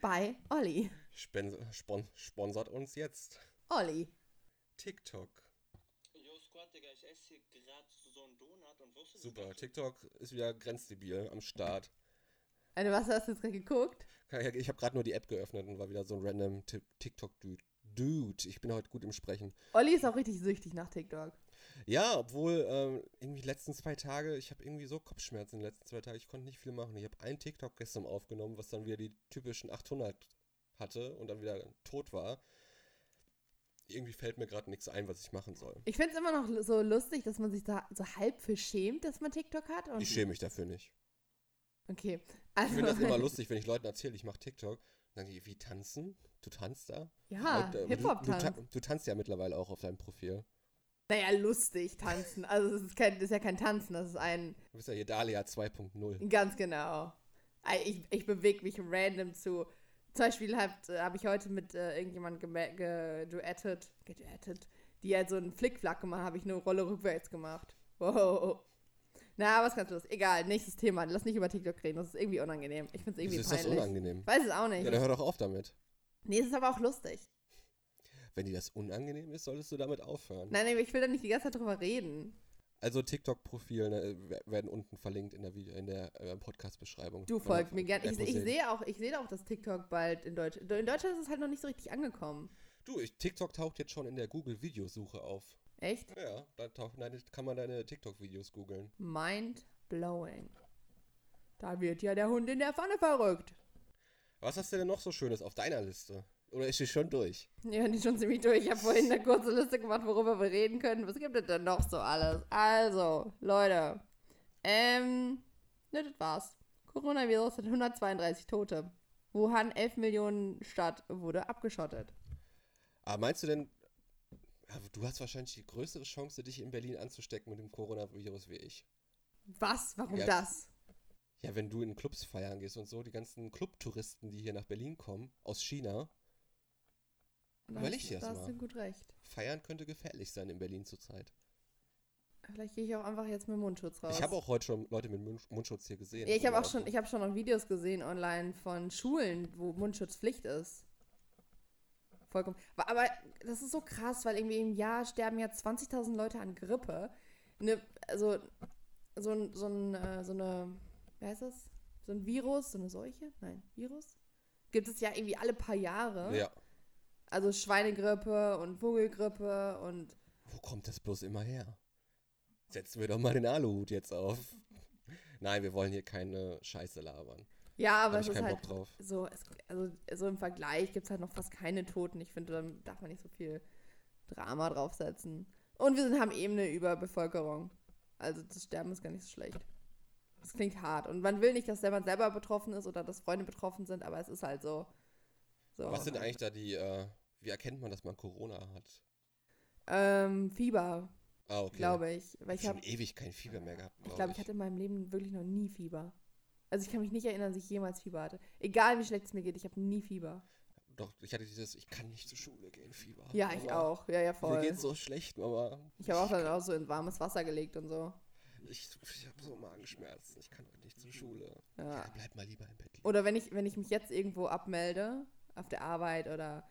Speaker 1: Bei Olli.
Speaker 2: Spen spon sponsert uns jetzt.
Speaker 1: Olli.
Speaker 2: TikTok.
Speaker 3: Jo, Squad, Digga, ich esse hier gerade so einen Donut und wusste
Speaker 2: Super, TikTok ist wieder grenzdebil am Start.
Speaker 1: Also, was hast du jetzt gerade geguckt?
Speaker 2: Ich habe gerade nur die App geöffnet und war wieder so ein random Ti- TikTok-Dude. Dude, ich bin heute gut im Sprechen.
Speaker 1: Olli ist auch richtig süchtig nach TikTok.
Speaker 2: Ja, obwohl ähm, irgendwie die letzten zwei Tage, ich habe irgendwie so Kopfschmerzen die letzten zwei Tage, ich konnte nicht viel machen. Ich habe einen TikTok gestern aufgenommen, was dann wieder die typischen 800 hatte und dann wieder tot war. Irgendwie fällt mir gerade nichts ein, was ich machen soll.
Speaker 1: Ich finde es immer noch so lustig, dass man sich da so halb für schämt, dass man TikTok hat. Und
Speaker 2: Ich schäme mich dafür nicht.
Speaker 1: Okay.
Speaker 2: Ich
Speaker 1: Also,
Speaker 2: finde das immer lustig, wenn ich Leuten erzähle, ich mache TikTok. Dann sagen die, wie tanzen? Du tanzt da?
Speaker 1: ja,
Speaker 2: Und, äh,
Speaker 1: Hip-Hop-Tanz.
Speaker 2: Du, du, ta- du tanzt ja mittlerweile auch auf deinem Profil.
Speaker 1: Naja, lustig tanzen. Also es ist, kein, das ist ja kein Tanzen, das ist ein
Speaker 2: Du bist ja hier Dahlia 2.0.
Speaker 1: ganz genau. Ei, Ich, ich bewege mich random zu. Zum Beispiel habe hab ich heute mit äh, irgendjemandem gema- geduettet, geduettet, die halt so einen Flickflack gemacht habe ich eine Rolle rückwärts gemacht. Wow. Na, was ganz los. Egal, nächstes Thema. Lass nicht über TikTok reden, das ist irgendwie unangenehm. Ich finde es
Speaker 2: Wieso
Speaker 1: irgendwie
Speaker 2: ist das
Speaker 1: peinlich.
Speaker 2: unangenehm?
Speaker 1: Weiß es auch nicht.
Speaker 2: Ja, dann hör doch auf damit.
Speaker 1: nee, es ist aber auch lustig.
Speaker 2: Wenn dir das unangenehm ist, solltest du damit aufhören.
Speaker 1: Nein, nein, ich will da nicht die ganze Zeit drüber reden.
Speaker 2: Also TikTok-Profil ne, w- werden unten verlinkt in der, Video- in der äh, Podcast-Beschreibung.
Speaker 1: Du
Speaker 2: Wenn
Speaker 1: folgst
Speaker 2: auf-
Speaker 1: mir gerne. Ich,
Speaker 2: Apple
Speaker 1: ich
Speaker 2: sehen.
Speaker 1: sehe auch, ich sehe auch, dass TikTok bald in Deutschland. In Deutschland ist es halt noch nicht so richtig angekommen.
Speaker 2: Du, ich, TikTok taucht jetzt schon in der Google-Videosuche auf.
Speaker 1: Echt?
Speaker 2: Ja, da tauchen deine, kann man deine TikTok-Videos googeln.
Speaker 1: Mind blowing. Da wird ja der Hund in der Pfanne verrückt.
Speaker 2: Was hast du denn noch so Schönes auf deiner Liste? Oder ist sie schon durch?
Speaker 1: Ja, bin ich schon ziemlich durch. Ich habe vorhin eine kurze Liste gemacht, worüber wir reden können. Was gibt es denn noch so alles? Also, Leute. Ähm, ne, das war's. Coronavirus hat 132 Tote. Wuhan, 11 Millionen Stadt, wurde abgeschottet.
Speaker 2: Aber meinst du denn, aber du hast wahrscheinlich die größere Chance, dich in Berlin anzustecken mit dem Coronavirus wie ich?
Speaker 1: Was? Warum
Speaker 2: Ja.
Speaker 1: das?
Speaker 2: Ja, wenn du in Clubs feiern gehst und so, die ganzen Clubtouristen, die hier nach Berlin kommen, aus China, Überleg dir das
Speaker 1: Da hast
Speaker 2: mal.
Speaker 1: du gut recht.
Speaker 2: feiern könnte gefährlich sein in Berlin zurzeit.
Speaker 1: Vielleicht gehe ich auch einfach jetzt mit Mundschutz raus.
Speaker 2: Ich habe auch heute schon Leute mit Mund- Mundschutz hier gesehen.
Speaker 1: Ja, ich habe auch schon,
Speaker 2: rumlaufen.
Speaker 1: ich habe schon noch Videos gesehen online von Schulen, wo Mundschutzpflicht ist. Vollkommen. Wa- Aber das ist so krass, weil irgendwie im Jahr sterben ja 20.000 Leute an Grippe. Ne, also so ein, so ein, äh, so eine, wie heißt das? So ein Virus, so eine Seuche? Nein, Virus? Gibt es ja irgendwie alle paar Jahre.
Speaker 2: Ja.
Speaker 1: Also Schweinegrippe und Vogelgrippe und
Speaker 2: Wo kommt das bloß immer her? Setzen wir doch mal den Aluhut jetzt auf. Nein, wir wollen hier keine Scheiße labern.
Speaker 1: Ja,
Speaker 2: Aber
Speaker 1: aber
Speaker 2: hab
Speaker 1: es
Speaker 2: ich
Speaker 1: ist
Speaker 2: keinen
Speaker 1: halt
Speaker 2: Bock drauf.
Speaker 1: so, es, also so im Vergleich gibt es halt noch fast keine Toten. Ich finde, da darf man nicht so viel Drama draufsetzen. Und wir sind, haben eben eine Überbevölkerung. Also das Sterben ist gar nicht so schlecht. Das klingt hart. Und man will nicht, dass man selber betroffen ist oder dass Freunde betroffen sind, aber es ist halt so. so
Speaker 2: Was sind eigentlich da die, äh, wie erkennt man, dass man Corona hat?
Speaker 1: Ähm, Fieber,
Speaker 2: Ah, okay.
Speaker 1: glaube ich. Weil ich
Speaker 2: Schon eh,
Speaker 1: habe
Speaker 2: ewig kein Fieber mehr gehabt,
Speaker 1: Ich
Speaker 2: glaube
Speaker 1: glaube, ich hatte in meinem Leben wirklich noch nie Fieber. Also ich kann mich nicht erinnern, dass ich jemals Fieber hatte. Egal wie schlecht es mir geht, ich habe nie Fieber.
Speaker 2: Doch, ich hatte dieses, ich kann nicht zur Schule gehen, Fieber.
Speaker 1: Ja, ich
Speaker 2: Mama,
Speaker 1: auch. Ja, ja,
Speaker 2: Mir
Speaker 1: voll.
Speaker 2: geht's so schlecht, Mama.
Speaker 1: Ich habe auch dann auch so in warmes Wasser gelegt und so.
Speaker 2: Ich, ich habe so Magenschmerzen, ich kann heute nicht zur Schule. Ja.
Speaker 1: Ja.
Speaker 2: bleib mal lieber im Bett liegen.
Speaker 1: Oder wenn ich, wenn ich mich jetzt irgendwo abmelde, auf der Arbeit oder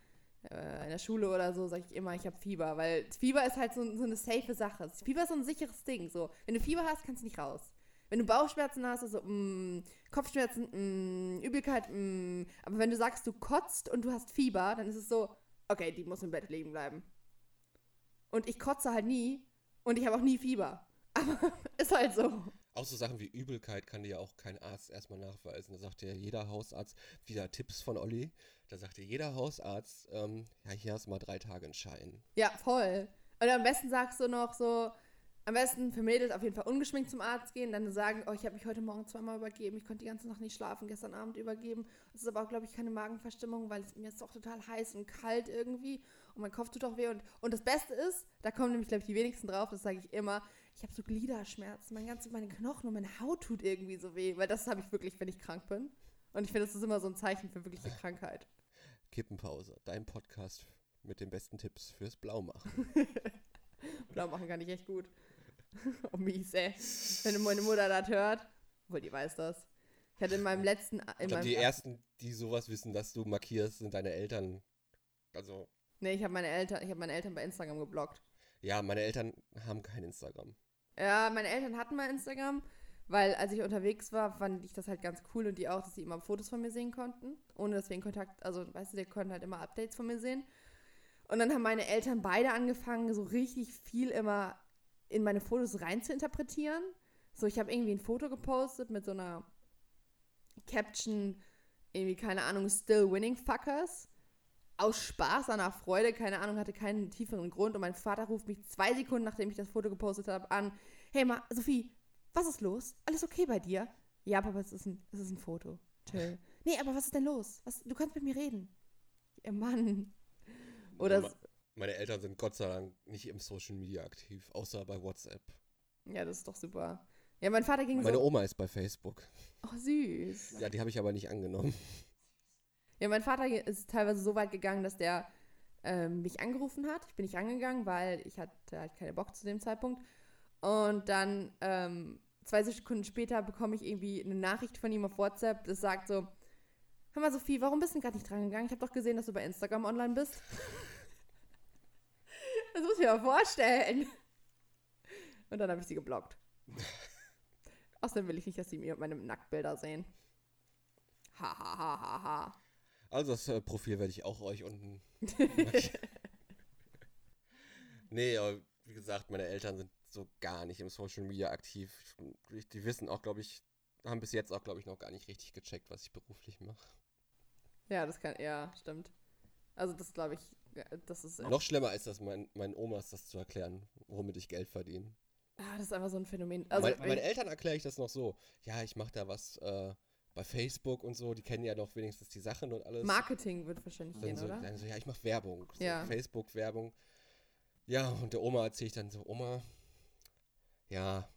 Speaker 1: äh, in der Schule oder so, sage ich immer, ich habe Fieber. Weil Fieber ist halt so, so eine safe Sache. Fieber ist so ein sicheres Ding. So. Wenn du Fieber hast, kannst du nicht raus. Wenn du Bauchschmerzen hast, also mm, Kopfschmerzen, mm, Übelkeit, mm. aber wenn du sagst, du kotzt und du hast Fieber, dann ist es so, okay, die muss im Bett liegen bleiben. Und ich kotze halt nie und ich habe auch nie Fieber. Aber ist halt so.
Speaker 2: Auch so Sachen wie Übelkeit kann dir ja auch kein Arzt erstmal nachweisen. Da sagt ja jeder Hausarzt, wieder Tipps von Olli, da sagt dir jeder Hausarzt, ähm, ja, hier hast du mal drei Tage einen Schein.
Speaker 1: Ja, voll. Und am besten sagst du noch so, am besten für Mädels auf jeden Fall ungeschminkt zum Arzt gehen, dann sagen, oh, ich habe mich heute Morgen zweimal übergeben, ich konnte die ganze Nacht nicht schlafen, gestern Abend übergeben. Es ist aber auch, glaube ich, keine Magenverstimmung, weil es mir ist auch total heiß und kalt irgendwie und mein Kopf tut auch weh. Und, und das Beste ist, da kommen nämlich, glaube ich, die wenigsten drauf, das sage ich immer, ich habe so Gliederschmerzen, mein ganze, meine Knochen und meine Haut tut irgendwie so weh, weil das habe ich wirklich, wenn ich krank bin. Und ich finde, das ist immer so ein Zeichen für wirkliche Krankheit.
Speaker 2: Kippenpause, dein Podcast mit den besten Tipps fürs Blaumachen.
Speaker 1: Blau machen kann ich echt gut. oh, mies, ey. Wenn meine Mutter das hört. Obwohl, die weiß das. Ich hatte in meinem letzten...
Speaker 2: Ich
Speaker 1: In
Speaker 2: glaube,
Speaker 1: meinem,
Speaker 2: die Ersten, die sowas wissen, dass du markierst, sind deine Eltern. Also,
Speaker 1: nee, ich habe meine Eltern, ich habe meine Eltern bei Instagram geblockt.
Speaker 2: ja, meine Eltern haben kein Instagram.
Speaker 1: Ja, meine Eltern hatten mal Instagram, weil als ich unterwegs war, fand ich das halt ganz cool und die auch, dass sie immer Fotos von mir sehen konnten, ohne dass wir in Kontakt, also weißt du, die konnten halt immer Updates von mir sehen. Und dann haben meine Eltern beide angefangen, so richtig viel immer in meine Fotos rein zu interpretieren. So, ich habe irgendwie ein Foto gepostet mit so einer Caption, irgendwie, keine Ahnung, still winning fuckers. Aus Spaß, an der Freude, keine Ahnung, hatte keinen tieferen Grund. Und mein Vater ruft mich zwei Sekunden, nachdem ich das Foto gepostet habe, an. Hey, Ma Sophie, was ist los? Alles okay bei dir? Ja, Papa, es ist ein, es ist ein Foto. Chill. Nee, aber was ist denn los? Was, du kannst mit mir reden. Ihr Mann. Oder
Speaker 2: Me- Also meine Eltern sind Gott sei Dank nicht im Social Media aktiv, außer bei WhatsApp.
Speaker 1: Ja, das ist doch super. Ja, mein Vater ging
Speaker 2: Meine
Speaker 1: so.
Speaker 2: Oma ist bei Facebook.
Speaker 1: Oh, süß.
Speaker 2: Ja, die habe ich aber nicht angenommen.
Speaker 1: Ja, mein Vater ge- ist teilweise so weit gegangen, dass der ähm, mich angerufen hat. Ich bin nicht angegangen, weil ich hatte halt keine Bock zu dem Zeitpunkt. Und dann ähm, zwei Sekunden später bekomme ich irgendwie eine Nachricht von ihm auf WhatsApp, das sagt so, hör mal Sophie, warum bist du denn gerade nicht drangegangen? Ich habe doch gesehen, dass du bei Instagram online bist. das muss ich mir mal vorstellen. Und dann habe ich sie geblockt. Außerdem will ich nicht, dass sie mir meine Nacktbilder sehen. Ha, ha, ha, ha, ha.
Speaker 2: Also das äh, Profil werde ich auch euch unten. markieren. nee, aber wie gesagt, meine Eltern sind so gar nicht im Social Media aktiv. Ich- Die wissen auch, glaube ich, haben bis jetzt auch, glaube ich, noch gar nicht richtig gecheckt, was ich beruflich mache.
Speaker 1: Ja, das kann, ja, stimmt. Also das glaube ich, ja, das ist, ah,
Speaker 2: Noch schlimmer ist das, mein, meinen Omas das zu erklären, womit ich Geld verdiene.
Speaker 1: ah, das ist einfach so ein Phänomen. Also
Speaker 2: mein,
Speaker 1: wenn
Speaker 2: meinen
Speaker 1: ich,
Speaker 2: Eltern erkläre ich das noch so. Ja, ich mache da was äh, bei Facebook und so. Die kennen ja noch wenigstens die Sachen und alles.
Speaker 1: Marketing wird wahrscheinlich
Speaker 2: dann
Speaker 1: gehen,
Speaker 2: Also so,
Speaker 1: oder?
Speaker 2: dann so, ja, ich mache Werbung. So
Speaker 1: Ja.
Speaker 2: Facebook-Werbung. Ja, und der Oma erzähle ich dann so, Oma, ja,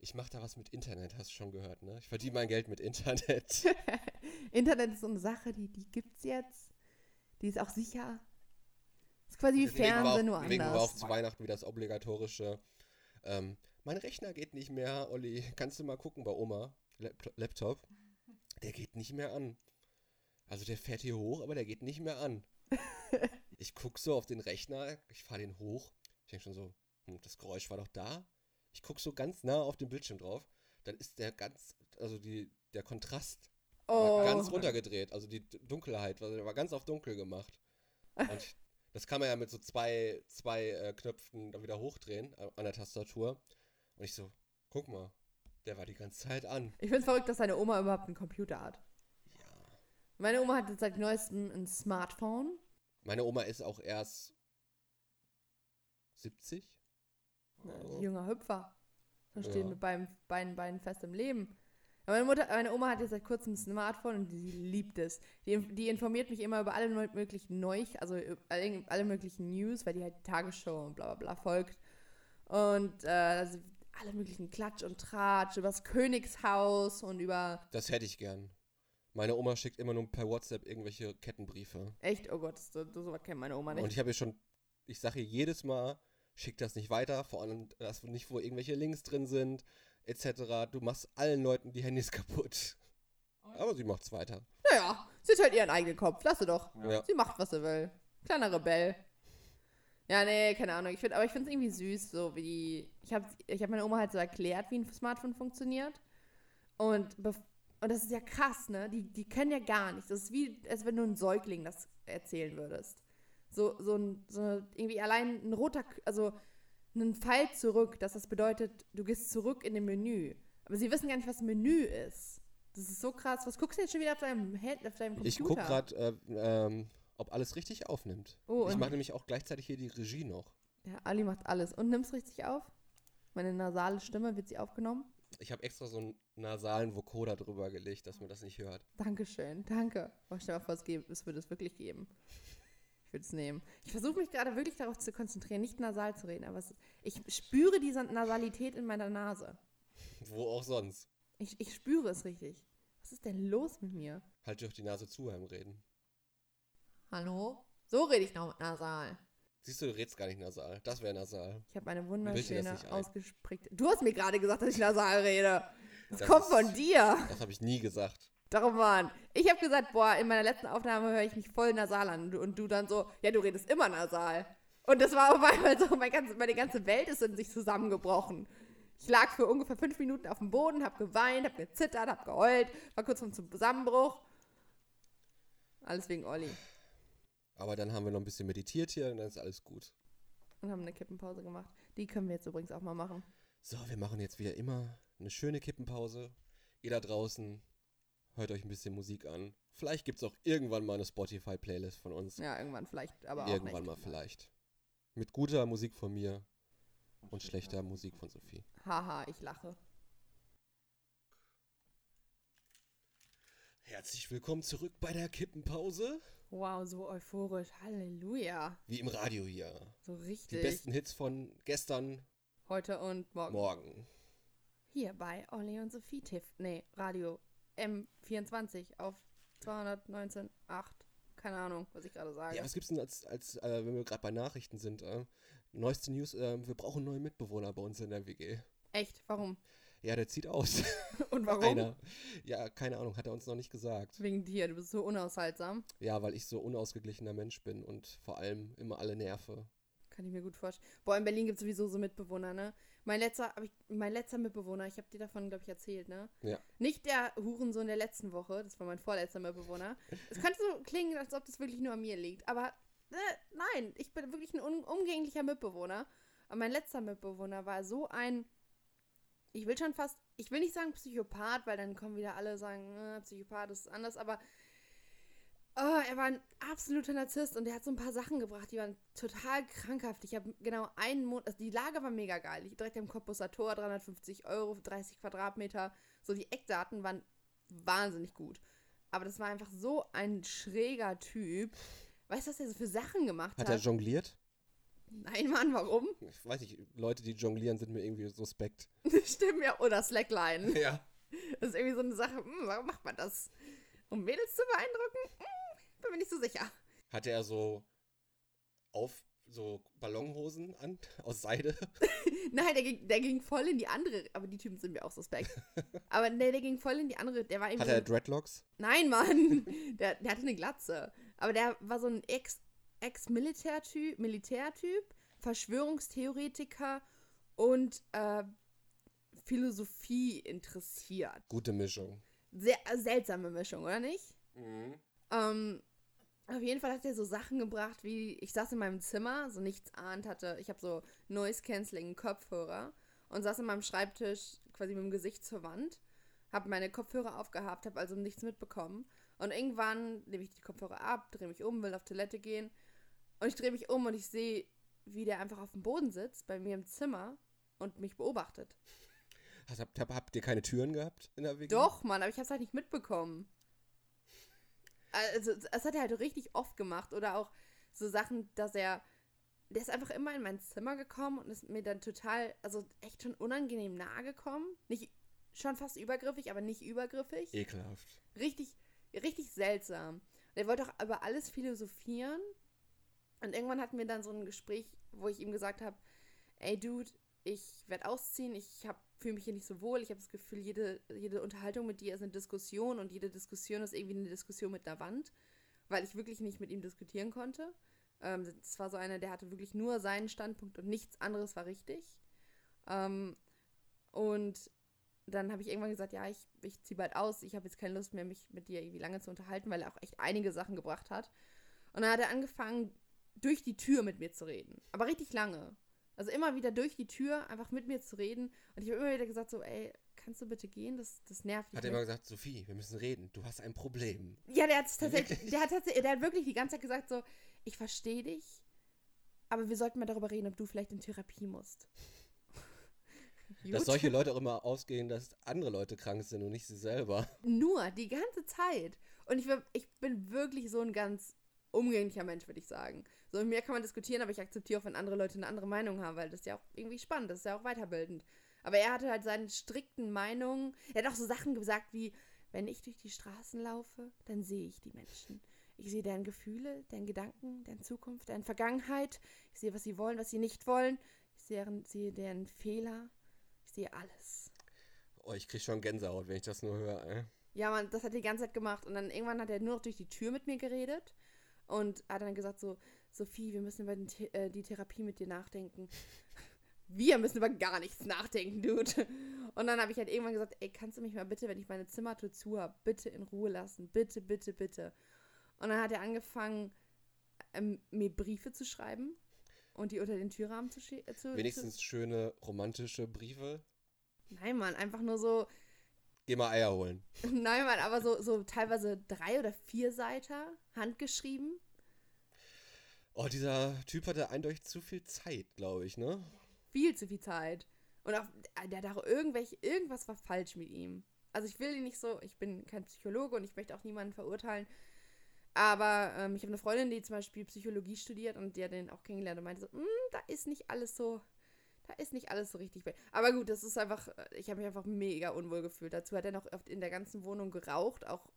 Speaker 2: ich mache da was mit Internet, hast du schon gehört, ne? Ich verdiene mein Geld mit Internet.
Speaker 1: Internet ist so eine Sache, die, die gibt's jetzt. Die ist auch sicher. Ist quasi wie
Speaker 2: Deswegen war Also auch,
Speaker 1: Fernsehen, nur
Speaker 2: deswegen war auch
Speaker 1: anders.
Speaker 2: zu Weihnachten wieder das obligatorische, ähm, mein Rechner geht nicht mehr, Olli, kannst du mal gucken bei Oma, Lap Laptop, der geht nicht mehr an. Also der fährt hier hoch, aber der geht nicht mehr an. ich guck so auf den Rechner, ich fahre den hoch, ich denke schon so, hm, das Geräusch war doch da. Ich guck so ganz nah auf den Bildschirm drauf, dann ist der ganz, also die, der Kontrast war ganz
Speaker 1: Oh,
Speaker 2: runtergedreht. Also die D- Dunkelheit war, war ganz auf dunkel gemacht. Und das kann man ja mit so zwei, zwei äh, Knöpfen dann wieder hochdrehen a- an der Tastatur. Und ich so, guck mal, der war die ganze Zeit an.
Speaker 1: ich find's verrückt, dass deine Oma überhaupt einen Computer hat. Meine Oma hat jetzt seit neuestem ein Smartphone.
Speaker 2: Meine Oma ist auch erst 70. Also,
Speaker 1: Junger Hüpfer. Und steht
Speaker 2: Ja.
Speaker 1: mit beiden, beiden Beinen fest im Leben. Aber Meine, Mutter, meine Oma hat jetzt seit kurzem ein Smartphone und die liebt es. Die, die informiert mich immer über alle neu- möglichen Neu, also über alle, alle möglichen News, weil die halt die Tagesschau und bla bla bla folgt. Und äh, also alle möglichen Klatsch und Tratsch, über das Königshaus und über.
Speaker 2: das hätte ich gern. Meine Oma schickt immer nur per WhatsApp irgendwelche Kettenbriefe.
Speaker 1: Echt, oh Gott, das, das, das kennt meine Oma
Speaker 2: Und
Speaker 1: nicht.
Speaker 2: ich habe ihr schon, ich sage ihr jedes Mal, schick das nicht weiter, vor allem das nicht, wo irgendwelche Links drin sind, etc. Du machst allen Leuten die Handys kaputt. Aber sie macht's weiter.
Speaker 1: Naja, sie hat halt ihren eigenen Kopf, lass sie doch.
Speaker 2: Ja.
Speaker 1: Sie macht, was sie will. Kleiner Rebell. Ja, nee, keine Ahnung. Ich find, aber ich finde es irgendwie süß, so wie die. Ich habe ich hab meine Oma halt so erklärt, wie ein Smartphone funktioniert. Und, bef- und das ist ja krass, ne? Die, die können ja gar nichts. Das ist wie, als wenn du einem Säugling das erzählen würdest. So, so, ein, so irgendwie allein ein roter, K- also einen Pfeil zurück, dass das bedeutet, du gehst zurück in den Menü. Aber sie wissen gar nicht, was Menü ist. Das ist so krass. Was guckst du jetzt schon wieder auf deinem, Hand- auf deinem Computer?
Speaker 2: Ich guck gerade, äh, ähm, ob alles richtig aufnimmt.
Speaker 1: Oh,
Speaker 2: ich
Speaker 1: und-
Speaker 2: mache nämlich auch gleichzeitig hier die Regie noch.
Speaker 1: Ja, Ali macht alles. Und nimmst richtig auf? Meine nasale Stimme wird sie aufgenommen?
Speaker 2: Ich habe extra so einen nasalen Vokoda drüber gelegt, dass man das nicht hört.
Speaker 1: Dankeschön, danke. Oh, stell dir vor, es, gäbe, es würde es wirklich geben. Ich würde es nehmen. Ich versuche mich gerade wirklich darauf zu konzentrieren, nicht nasal zu reden, aber es, ich spüre diese Nasalität in meiner Nase.
Speaker 2: Wo auch sonst.
Speaker 1: Ich, ich spüre es richtig. Was ist denn los mit mir?
Speaker 2: Halt doch die Nase zu beim Reden.
Speaker 1: Hallo? So rede ich noch nasal.
Speaker 2: Siehst du, du redest gar nicht nasal. Das wäre nasal.
Speaker 1: Ich habe eine
Speaker 2: Bilde dir
Speaker 1: wunderschöne,
Speaker 2: das nicht ein.
Speaker 1: ausgesprägte. Du hast mir gerade gesagt, dass ich nasal rede. Das,
Speaker 2: Das
Speaker 1: kommt
Speaker 2: ist-
Speaker 1: von dir.
Speaker 2: Das habe ich nie gesagt.
Speaker 1: Darum waren. Ich habe gesagt, boah, in meiner letzten Aufnahme höre ich mich voll nasal an. Und du- Und du dann so, ja, du redest immer nasal. Und das war auf einmal so, mein ganz, meine ganze Welt ist in sich zusammengebrochen. Ich lag für ungefähr fünf Minuten auf dem Boden, habe geweint, habe gezittert, habe geheult, war kurz vorm Zusammenbruch. Alles wegen Olli.
Speaker 2: Aber dann haben wir noch ein bisschen meditiert hier und dann ist alles gut.
Speaker 1: Und haben eine Kippenpause gemacht. Die können wir jetzt übrigens auch mal machen.
Speaker 2: So, wir machen jetzt wieder immer eine schöne Kippenpause. Ihr da draußen, hört euch ein bisschen Musik an. Vielleicht gibt es auch irgendwann mal eine Spotify-Playlist von uns.
Speaker 1: Ja, irgendwann vielleicht, aber auch
Speaker 2: irgendwann
Speaker 1: nicht.
Speaker 2: mal vielleicht. Mit guter Musik von mir und schlechter Musik von Sophie.
Speaker 1: Haha, ich lache.
Speaker 2: Herzlich willkommen zurück bei der Kippenpause.
Speaker 1: Wow, so euphorisch. Halleluja.
Speaker 2: Wie im Radio hier.
Speaker 1: So
Speaker 2: Die
Speaker 1: richtig.
Speaker 2: besten Hits von gestern,
Speaker 1: Heute und morgen.
Speaker 2: morgen.
Speaker 1: Hier bei Olli und Sophie Tiff. Nee, Radio M24 auf 219.8. Keine Ahnung, was ich gerade sage.
Speaker 2: Ja, was gibt's denn als, als äh, wenn wir gerade bei Nachrichten sind? Äh, neueste News, äh, wir brauchen neue Mitbewohner bei uns in der WG.
Speaker 1: Echt, warum?
Speaker 2: Ja, der zieht aus.
Speaker 1: Und warum?
Speaker 2: Einer. Ja, keine Ahnung, hat er uns noch nicht gesagt.
Speaker 1: Wegen dir, du bist so unaushaltsam.
Speaker 2: Ja, weil ich so unausgeglichener Mensch bin und vor allem immer alle nerve.
Speaker 1: Kann ich mir gut vorstellen. Boah, in Berlin gibt es sowieso so Mitbewohner, ne? Mein letzter, hab ich, mein letzter Mitbewohner, ich habe dir davon, glaube ich, erzählt, ne?
Speaker 2: Ja.
Speaker 1: Nicht der Hurensohn der letzten Woche, das war mein vorletzter Mitbewohner. Es könnte so klingen, als ob das wirklich nur an mir liegt, aber äh, nein, ich bin wirklich ein un umgänglicher Mitbewohner. Und mein letzter Mitbewohner war so ein, ich will schon fast, ich will nicht sagen Psychopath, weil dann kommen wieder alle sagen, äh, Psychopath ist anders, aber oh, er war ein absoluter Narzisst und er hat so ein paar Sachen gebracht, die waren total krankhaft. Ich habe genau einen Monat, also die Lage war mega geil. Ich direkt am Cottbusser Tor, 350 Euro, 30 Quadratmeter. So die Eckdaten waren wahnsinnig gut. Aber das war einfach so ein schräger Typ. Weißt du, was er so für Sachen gemacht
Speaker 2: Hat
Speaker 1: hat?
Speaker 2: er jongliert?
Speaker 1: Nein, Mann, warum?
Speaker 2: Ich weiß nicht, Leute, die jonglieren, sind mir irgendwie suspekt.
Speaker 1: Stimmt ja. Oder oh, Slackline.
Speaker 2: Ja.
Speaker 1: Das ist irgendwie so eine Sache, hm, warum macht man das? Um Mädels zu beeindrucken? Hm, bin mir nicht so sicher.
Speaker 2: Hatte er so auf so Ballonhosen an, aus Seide?
Speaker 1: Nein, der ging, der ging voll in die andere, aber die Typen sind mir auch suspekt. aber nee, der ging voll in die andere, der war irgendwie.
Speaker 2: Hat
Speaker 1: so
Speaker 2: er
Speaker 1: ein-
Speaker 2: Dreadlocks?
Speaker 1: Nein, Mann! Der, der hatte eine Glatze. Aber der war so ein Ex- Ex-Militärtyp, Militärtyp, Verschwörungstheoretiker und äh, Philosophie interessiert.
Speaker 2: Gute Mischung.
Speaker 1: Sehr äh, seltsame Mischung, oder nicht? Ähm, auf jeden Fall hat er so Sachen gebracht, wie ich saß in meinem Zimmer, so nichts ahnt hatte. Ich habe so Noise Cancelling Kopfhörer und saß in meinem Schreibtisch quasi mit dem Gesicht zur Wand. habe meine Kopfhörer aufgehabt, habe also nichts mitbekommen. Und irgendwann nehme ich die Kopfhörer ab, drehe mich um, will auf Toilette gehen. Und ich drehe mich um und ich sehe, wie der einfach auf dem Boden sitzt, bei mir im Zimmer und mich beobachtet.
Speaker 2: Hast, habt, habt, habt ihr keine Türen gehabt in der WG?
Speaker 1: Doch, Mann, aber ich habe es halt nicht mitbekommen. Also, das hat er halt richtig oft gemacht. Oder auch so Sachen, dass er. Der ist einfach immer in mein Zimmer gekommen und ist mir dann total, also echt schon unangenehm nahe gekommen. Nicht schon fast übergriffig, aber nicht übergriffig.
Speaker 2: Ekelhaft.
Speaker 1: Richtig, richtig seltsam. Und er wollte auch über alles philosophieren. Und irgendwann hatten wir dann so ein Gespräch, wo ich ihm gesagt habe, ey Dude, ich werde ausziehen, ich fühle mich hier nicht so wohl, ich habe das Gefühl, jede, jede Unterhaltung mit dir ist eine Diskussion und jede Diskussion ist irgendwie eine Diskussion mit einer Wand, weil ich wirklich nicht mit ihm diskutieren konnte. Ähm, das war so einer, der hatte wirklich nur seinen Standpunkt und nichts anderes war richtig. Ähm, und dann habe ich irgendwann gesagt, ja, ich, ich ziehe bald aus, ich habe jetzt keine Lust mehr, mich mit dir irgendwie lange zu unterhalten, weil er auch echt einige Sachen gebracht hat. Und dann hat er angefangen, durch die Tür mit mir zu reden. Aber richtig lange. Also immer wieder durch die Tür, einfach mit mir zu reden. Und ich habe immer wieder gesagt, so, ey, kannst du bitte gehen? Das, das nervt mich.
Speaker 2: Hat er immer gesagt, Sophie, wir müssen reden, du hast ein Problem.
Speaker 1: ja, der, hat's tatsächlich, der, hat tatsächlich, der hat wirklich die ganze Zeit gesagt, so, ich verstehe dich, aber wir sollten mal darüber reden, ob du vielleicht in Therapie musst.
Speaker 2: Dass
Speaker 1: Gut.
Speaker 2: solche Leute auch immer ausgehen, dass andere Leute krank sind und nicht sie selber.
Speaker 1: Nur, die ganze Zeit. Und ich, wär- ich bin wirklich so ein ganz umgänglicher Mensch, würde ich sagen. So mit mir kann man diskutieren, aber ich akzeptiere auch, wenn andere Leute eine andere Meinung haben, weil das ist ja auch irgendwie spannend, das ist ja auch weiterbildend. Aber er hatte halt seine strikten Meinungen. Er hat auch so Sachen gesagt wie, wenn ich durch die Straßen laufe, dann sehe ich die Menschen. Ich sehe deren Gefühle, deren Gedanken, deren Zukunft, deren Vergangenheit. Ich sehe, was sie wollen, was sie nicht wollen. Ich sehe deren, sehe deren Fehler. Ich sehe alles.
Speaker 2: Oh, ich krieg schon Gänsehaut, wenn ich das nur höre. Ey.
Speaker 1: Ja, man, das hat er die ganze Zeit gemacht. Und dann irgendwann hat er nur noch durch die Tür mit mir geredet und hat dann gesagt so, Sophie, wir müssen über den The äh, die Therapie mit dir nachdenken. Wir müssen über gar nichts nachdenken, Dude. Und dann habe ich halt irgendwann gesagt, ey, kannst du mich mal bitte, wenn ich meine Zimmertür zu habe, bitte in Ruhe lassen. Bitte, bitte, bitte. Und dann hat er angefangen, ähm, mir Briefe zu schreiben und die unter den Türrahmen zu schie- äh, zu,
Speaker 2: Wenigstens schöne romantische Briefe.
Speaker 1: zu Nein, Mann, einfach nur so,
Speaker 2: Geh mal Eier holen.
Speaker 1: Nein, Mann, aber so, so teilweise drei oder vier Seiter handgeschrieben.
Speaker 2: Oh, dieser Typ hatte eindeutig zu viel Zeit, glaube ich, ne?
Speaker 1: Viel zu viel Zeit. Und auch, äh, der hat auch irgendwelche, irgendwas war falsch mit ihm. Also ich will ihn nicht so, ich bin kein Psychologe und ich möchte auch niemanden verurteilen. Aber ähm, ich habe eine Freundin, die zum Beispiel Psychologie studiert und die hat den auch kennengelernt und meinte so, "Mm, da ist nicht alles so, da ist nicht alles so richtig. bei-" Aber gut, das ist einfach, äh, ich habe mich einfach mega unwohl gefühlt. Dazu hat er noch oft in der ganzen Wohnung geraucht, auch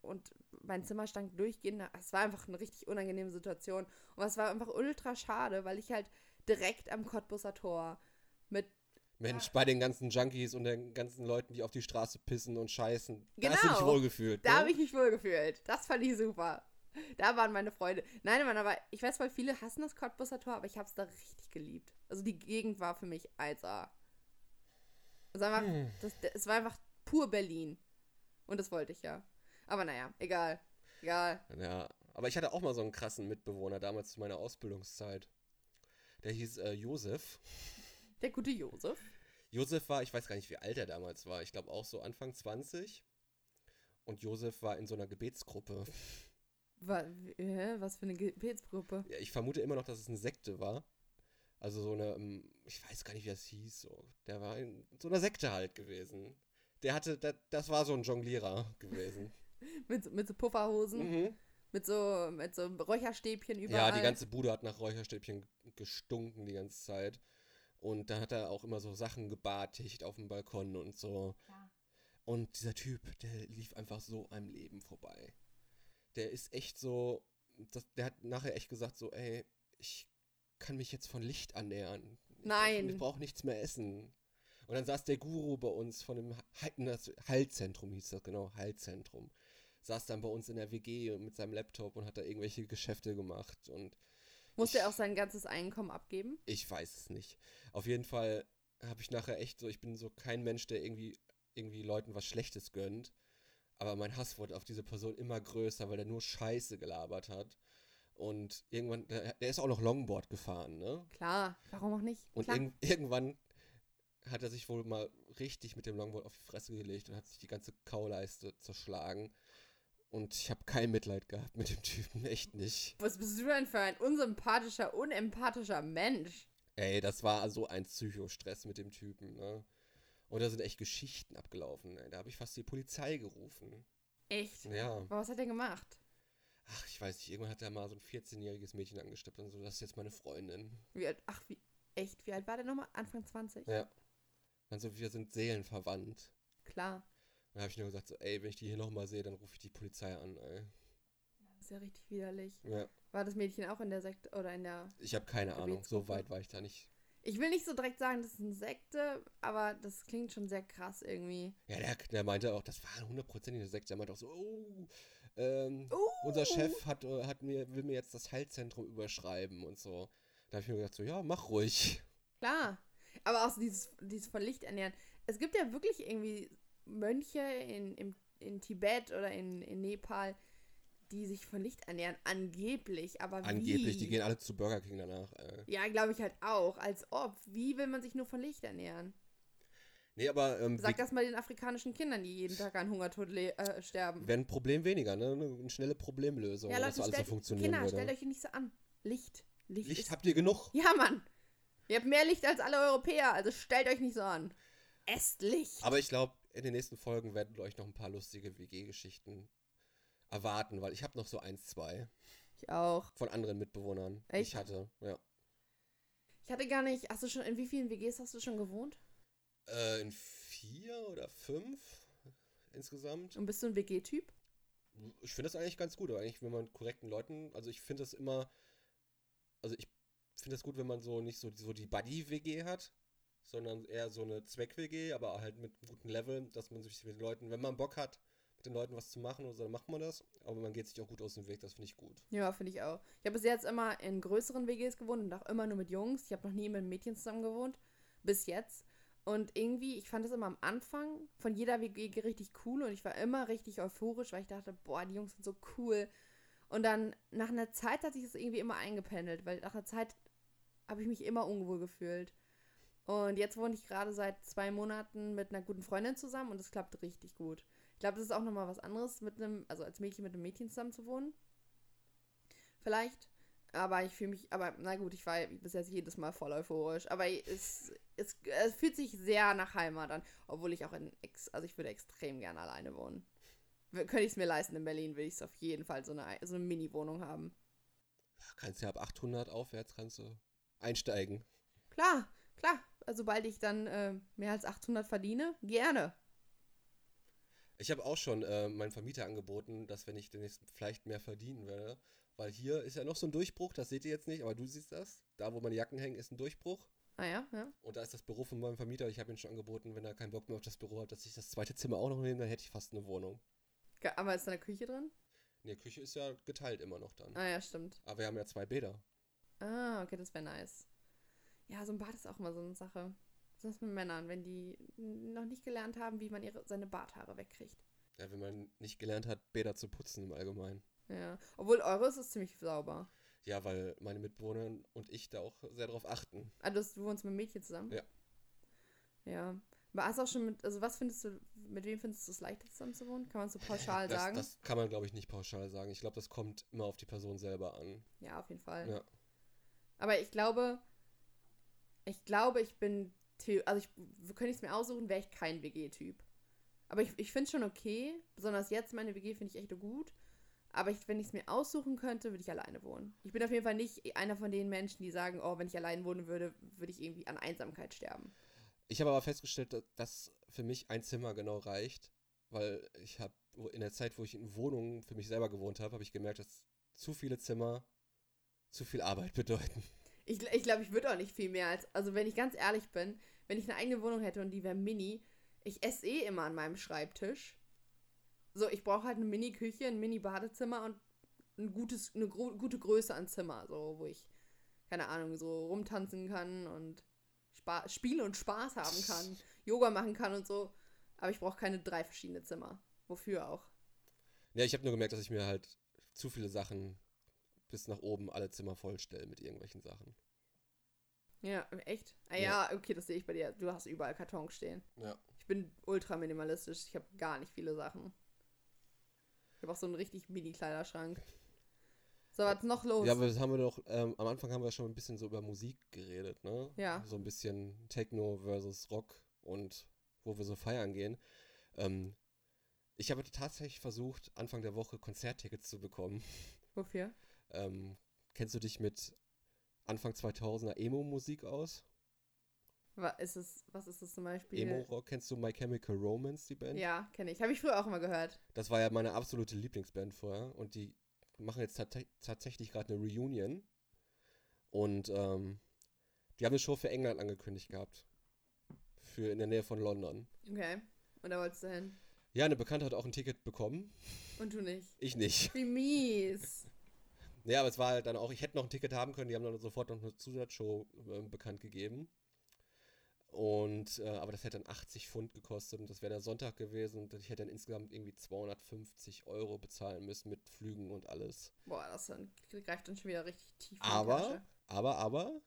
Speaker 1: und mein Zimmer stank durchgehend. nach- Es war einfach eine richtig unangenehme Situation. Und es war einfach ultra schade, weil ich halt direkt am Cottbusser Tor mit
Speaker 2: Mensch, bei den ganzen Junkies und den ganzen Leuten, die auf die Straße pissen und scheißen. Da hast du
Speaker 1: Genau.
Speaker 2: dich wohlgefühlt.
Speaker 1: Da
Speaker 2: ne?
Speaker 1: habe ich mich wohl gefühlt. Das fand ich super. Da waren meine Freunde. Nein, Mann, aber ich weiß, weil viele hassen das Cottbusser Tor, aber ich habe es da richtig geliebt. Also die Gegend war für mich 1A. Also einfach,
Speaker 2: Hm.
Speaker 1: das, das, es war einfach pur Berlin. Und das wollte ich ja. Aber naja, egal. Egal.
Speaker 2: Ja, aber ich hatte auch mal so einen krassen Mitbewohner damals zu meiner Ausbildungszeit. Der hieß äh, Josef.
Speaker 1: Der gute Josef.
Speaker 2: Josef war, ich weiß gar nicht, wie alt er damals war. Ich glaube auch so Anfang 20. Und Josef war in so einer Gebetsgruppe.
Speaker 1: Wa hä? was für eine Gebetsgruppe.
Speaker 2: Ja, ich vermute immer noch, dass es eine Sekte war. Also so eine, ähm, ich weiß gar nicht, wie das hieß. So. Der war in so einer Sekte halt gewesen. Der hatte, da- das war so ein Jonglierer gewesen.
Speaker 1: Mit, so- mit so Pufferhosen,
Speaker 2: mhm.
Speaker 1: mit so mit so Räucherstäbchen überall.
Speaker 2: Ja, die ganze Bude hat nach Räucherstäbchen gestunken die ganze Zeit. Und dann hat er auch immer so Sachen gebartigt auf dem Balkon und so. Und dieser Typ, der lief einfach so am Leben vorbei. Der ist echt so, das, der hat nachher echt gesagt so, ey, ich kann mich jetzt von Licht ernähren. Ich
Speaker 1: Nein.
Speaker 2: Brauch, ich brauche nichts mehr essen. Und dann saß der Guru bei uns von dem He- das Heilzentrum, hieß das genau, Heilzentrum saß dann bei uns in der WG mit seinem Laptop und hat da irgendwelche Geschäfte gemacht und
Speaker 1: Musste er auch sein ganzes Einkommen abgeben?
Speaker 2: ich weiß es nicht. Auf jeden Fall habe ich nachher echt so, ich bin so kein Mensch, der irgendwie, irgendwie Leuten was Schlechtes gönnt, aber mein Hass wurde auf diese Person immer größer, weil der nur Scheiße gelabert hat. Und irgendwann, der der ist auch noch Longboard gefahren, ne?
Speaker 1: Klar, warum auch nicht?
Speaker 2: Und
Speaker 1: Klar.
Speaker 2: irg irgendwann hat er sich wohl mal richtig mit dem Longboard auf die Fresse gelegt und hat sich die ganze Kauleiste zerschlagen. Und ich habe kein Mitleid gehabt mit dem Typen, echt nicht.
Speaker 1: Was bist du denn für ein unsympathischer, unempathischer Mensch?
Speaker 2: Ey, das war so ein Psychostress mit dem Typen, ne? Und da sind echt Geschichten abgelaufen. Ey. Da habe ich fast die Polizei gerufen.
Speaker 1: Echt?
Speaker 2: Ja.
Speaker 1: Aber was hat er gemacht?
Speaker 2: Ach, ich weiß nicht, irgendwann hat er mal so ein 14-jähriges Mädchen angesteppt und so, das ist jetzt meine Freundin.
Speaker 1: Wie alt, ach, wie, echt, wie alt war der nochmal? Anfang 20?
Speaker 2: Ja. Dann so, wir sind seelenverwandt.
Speaker 1: Klar.
Speaker 2: Dann habe ich nur gesagt, so, ey, wenn ich die hier nochmal sehe, dann rufe ich die Polizei an, ey.
Speaker 1: Das ist ja richtig widerlich.
Speaker 2: Ja.
Speaker 1: War das Mädchen auch in der Sekte oder in der...
Speaker 2: Ich habe keine Ahnung, so
Speaker 1: Gebetsgruppe.
Speaker 2: weit war ich da nicht.
Speaker 1: Ich will nicht so direkt sagen, das ist eine Sekte, aber das klingt schon sehr krass irgendwie.
Speaker 2: Ja, der, der meinte auch, das war hundertprozentig eine Sekte. Der meinte auch so, oh, ähm,
Speaker 1: Uh,
Speaker 2: unser Chef hat, äh, hat mir, will mir jetzt das Heilzentrum überschreiben und so. Da habe ich mir gedacht, so, ja, mach ruhig.
Speaker 1: Klar. Aber auch so dieses, dieses von Licht ernähren. Es gibt ja wirklich irgendwie Mönche in, in, in Tibet oder in, in Nepal, die sich von Licht ernähren, angeblich. Aber
Speaker 2: Angeblich,
Speaker 1: wie?
Speaker 2: die gehen alle zu Burger King danach. Äh.
Speaker 1: Ja, glaube ich halt auch. Als ob. Wie will man sich nur von Licht ernähren?
Speaker 2: Nee, aber ähm,
Speaker 1: Sag
Speaker 2: wie-
Speaker 1: das mal den afrikanischen Kindern, die jeden Tag an Hungertod le- äh, sterben.
Speaker 2: wäre ein Problem weniger, ne? Eine schnelle Problemlösung,
Speaker 1: ja,
Speaker 2: wenn
Speaker 1: Leute,
Speaker 2: das oh, alles so
Speaker 1: stellt,
Speaker 2: funktionieren
Speaker 1: Kinder, stellt
Speaker 2: würde.
Speaker 1: euch nicht so an. Licht. Licht,
Speaker 2: Licht
Speaker 1: ist...
Speaker 2: habt ihr genug.
Speaker 1: Ja, Mann. Ihr habt mehr Licht als alle Europäer, also stellt euch nicht so an. Esst Licht.
Speaker 2: Aber ich glaube, in den nächsten Folgen werden euch noch ein paar lustige WG-Geschichten erwarten, weil ich habe noch so eins, zwei
Speaker 1: ich auch.
Speaker 2: von anderen Mitbewohnern, die ich
Speaker 1: Echt?
Speaker 2: hatte. Ja.
Speaker 1: Ich hatte gar nicht. Hast du schon in wie vielen WGs hast du schon gewohnt?
Speaker 2: Äh, in vier oder fünf insgesamt.
Speaker 1: Und bist du ein WG-Typ?
Speaker 2: Ich finde das eigentlich ganz gut, aber eigentlich, wenn man mit korrekten Leuten, also ich finde das immer, also ich finde das gut, wenn man so nicht so, so die Buddy-WG hat, sondern eher so eine Zweck-WG, aber halt mit einem guten Level, dass man sich mit den Leuten, wenn man Bock hat, mit den Leuten was zu machen, oder so, dann macht man das, aber man geht sich auch gut aus dem Weg, das finde ich gut.
Speaker 1: Ja, finde ich auch. Ich habe bis jetzt immer in größeren WGs gewohnt und auch immer nur mit Jungs. Ich habe noch nie mit Mädchen zusammen gewohnt. Bis jetzt. Und irgendwie, ich fand das immer am Anfang von jeder WG richtig cool und ich war immer richtig euphorisch, weil ich dachte, boah, die Jungs sind so cool. Und dann nach einer Zeit hat sich das irgendwie immer eingependelt, weil nach einer Zeit habe ich mich immer unwohl gefühlt. Und jetzt wohne ich gerade seit zwei Monaten mit einer guten Freundin zusammen und es klappt richtig gut. Ich glaube, das ist auch nochmal was anderes, mit einem, also als Mädchen mit einem Mädchen zusammen zu wohnen. Vielleicht. Aber ich fühle mich, aber na gut, ich war bis jetzt jedes Mal voll euphorisch. Aber es, es, es fühlt sich sehr nach Heimat an, obwohl ich auch in, ex, also ich würde extrem gerne alleine wohnen. W- Könnte ich es mir leisten, in Berlin würde ich es auf jeden Fall so eine, ei- so eine Mini-Wohnung haben.
Speaker 2: Kannst ja ab 800 aufwärts kannst du einsteigen.
Speaker 1: Klar, klar. Also sobald ich dann äh, mehr als 800 verdiene, gerne.
Speaker 2: Ich habe auch schon äh, meinem Vermieter angeboten, dass wenn ich demnächst vielleicht mehr verdienen werde, weil hier ist ja noch so ein Durchbruch, das seht ihr jetzt nicht, aber du siehst das. Da, wo meine Jacken hängen, ist ein Durchbruch.
Speaker 1: Ah ja, ja.
Speaker 2: Und da ist das Büro von meinem Vermieter. Ich habe ihm schon angeboten, wenn er keinen Bock mehr auf das Büro hat, dass ich das zweite Zimmer auch noch nehme, dann hätte ich fast eine Wohnung.
Speaker 1: Ge- Aber ist da eine Küche drin?
Speaker 2: Nee, Küche ist ja geteilt immer noch dann.
Speaker 1: Ah ja, stimmt.
Speaker 2: Aber wir haben ja zwei Bäder.
Speaker 1: Ah, okay, das wäre nice. Ja, so ein Bart ist auch immer so eine Sache. Besonders mit Männern, wenn die n- noch nicht gelernt haben, wie man ihre, seine Barthaare wegkriegt.
Speaker 2: Ja, wenn man nicht gelernt hat, Bäder zu putzen im Allgemeinen.
Speaker 1: Ja. Obwohl eures ist ziemlich sauber.
Speaker 2: Ja, weil meine Mitbewohner und ich da auch sehr drauf achten.
Speaker 1: Ah, du, hast- du wohnst mit einem Mädchen zusammen?
Speaker 2: Ja.
Speaker 1: Ja. Aber hast auch schon mit, also was findest du, mit wem findest du es leichter zusammen zu wohnen? Kann man so pauschal
Speaker 2: das,
Speaker 1: sagen?
Speaker 2: das kann man, glaube ich, nicht pauschal sagen. Ich glaube, das kommt immer auf die Person selber an.
Speaker 1: Ja, auf jeden Fall.
Speaker 2: Ja.
Speaker 1: Aber ich glaube, ich glaube, ich bin, The also ich, könnte ich es mir aussuchen, wäre ich kein WG-Typ. Aber ich, ich finde es schon okay, besonders jetzt, meine WG finde ich echt gut. Aber ich, wenn ich es mir aussuchen könnte, würde ich alleine wohnen. Ich bin auf jeden Fall nicht einer von den Menschen, die sagen, oh, wenn ich allein wohnen würde, würde ich irgendwie an Einsamkeit sterben.
Speaker 2: Ich habe aber festgestellt, dass, dass für mich ein Zimmer genau reicht, weil ich habe in der Zeit, wo ich in Wohnungen für mich selber gewohnt habe, habe ich gemerkt, dass zu viele Zimmer zu viel Arbeit bedeuten.
Speaker 1: Ich glaube, ich, glaub, ich würde auch nicht viel mehr als. Also, wenn ich ganz ehrlich bin, wenn ich eine eigene Wohnung hätte und die wäre mini, ich esse eh immer an meinem Schreibtisch. So, ich brauche halt eine Mini-Küche, ein Mini-Badezimmer und ein gutes, eine gro gute Größe an Zimmer, so, wo ich, keine Ahnung, so rumtanzen kann und Spa Spiele und Spaß haben kann, Yoga machen kann und so. Aber ich brauche keine drei verschiedene Zimmer. Wofür auch?
Speaker 2: Ja, ich habe nur gemerkt, dass ich mir halt zu viele Sachen bis nach oben alle Zimmer vollstelle mit irgendwelchen Sachen.
Speaker 1: Ja, echt? Ah, ja. okay, das sehe ich bei dir. Du hast überall Kartons stehen.
Speaker 2: Ja.
Speaker 1: Ich bin ultra minimalistisch. Ich habe gar nicht viele Sachen. Ich habe auch so einen richtig Mini-Kleiderschrank. So, was ist noch los?
Speaker 2: Ja, aber das haben wir doch, ähm, am Anfang haben wir schon ein bisschen so über Musik geredet, ne?
Speaker 1: Ja.
Speaker 2: So ein bisschen Techno versus Rock und wo wir so feiern gehen. Ähm, ich habe tatsächlich versucht, Anfang der Woche Konzerttickets zu bekommen.
Speaker 1: Wofür?
Speaker 2: Ähm, kennst du dich mit Anfang 2000er Emo-Musik aus?
Speaker 1: Wa- Ist es, was ist das zum Beispiel?
Speaker 2: Emo-Rock, kennst du My Chemical Romance, die Band?
Speaker 1: Ja, kenne ich. Habe ich früher auch immer gehört.
Speaker 2: Das war ja meine absolute Lieblingsband vorher und die machen jetzt tate- tatsächlich gerade eine Reunion. Und ähm, die haben eine Show für England angekündigt gehabt. Für in der Nähe von London.
Speaker 1: Okay. Und da wolltest du hin.
Speaker 2: Ja, eine Bekannte hat auch ein Ticket bekommen.
Speaker 1: Und du nicht.
Speaker 2: Ich nicht.
Speaker 1: Wie mies.
Speaker 2: Ja, aber es war halt dann auch, ich hätte noch ein Ticket haben können, die haben dann sofort noch eine Zusatzshow äh, bekannt gegeben. Und, äh, aber das hätte dann 80 Pfund gekostet und das wäre der Sonntag gewesen und ich hätte dann insgesamt irgendwie 250 Euro bezahlen müssen mit Flügen und alles.
Speaker 1: Boah, das dann- greift dann schon wieder richtig tief. in die
Speaker 2: Aber,
Speaker 1: Tasche.
Speaker 2: aber, aber,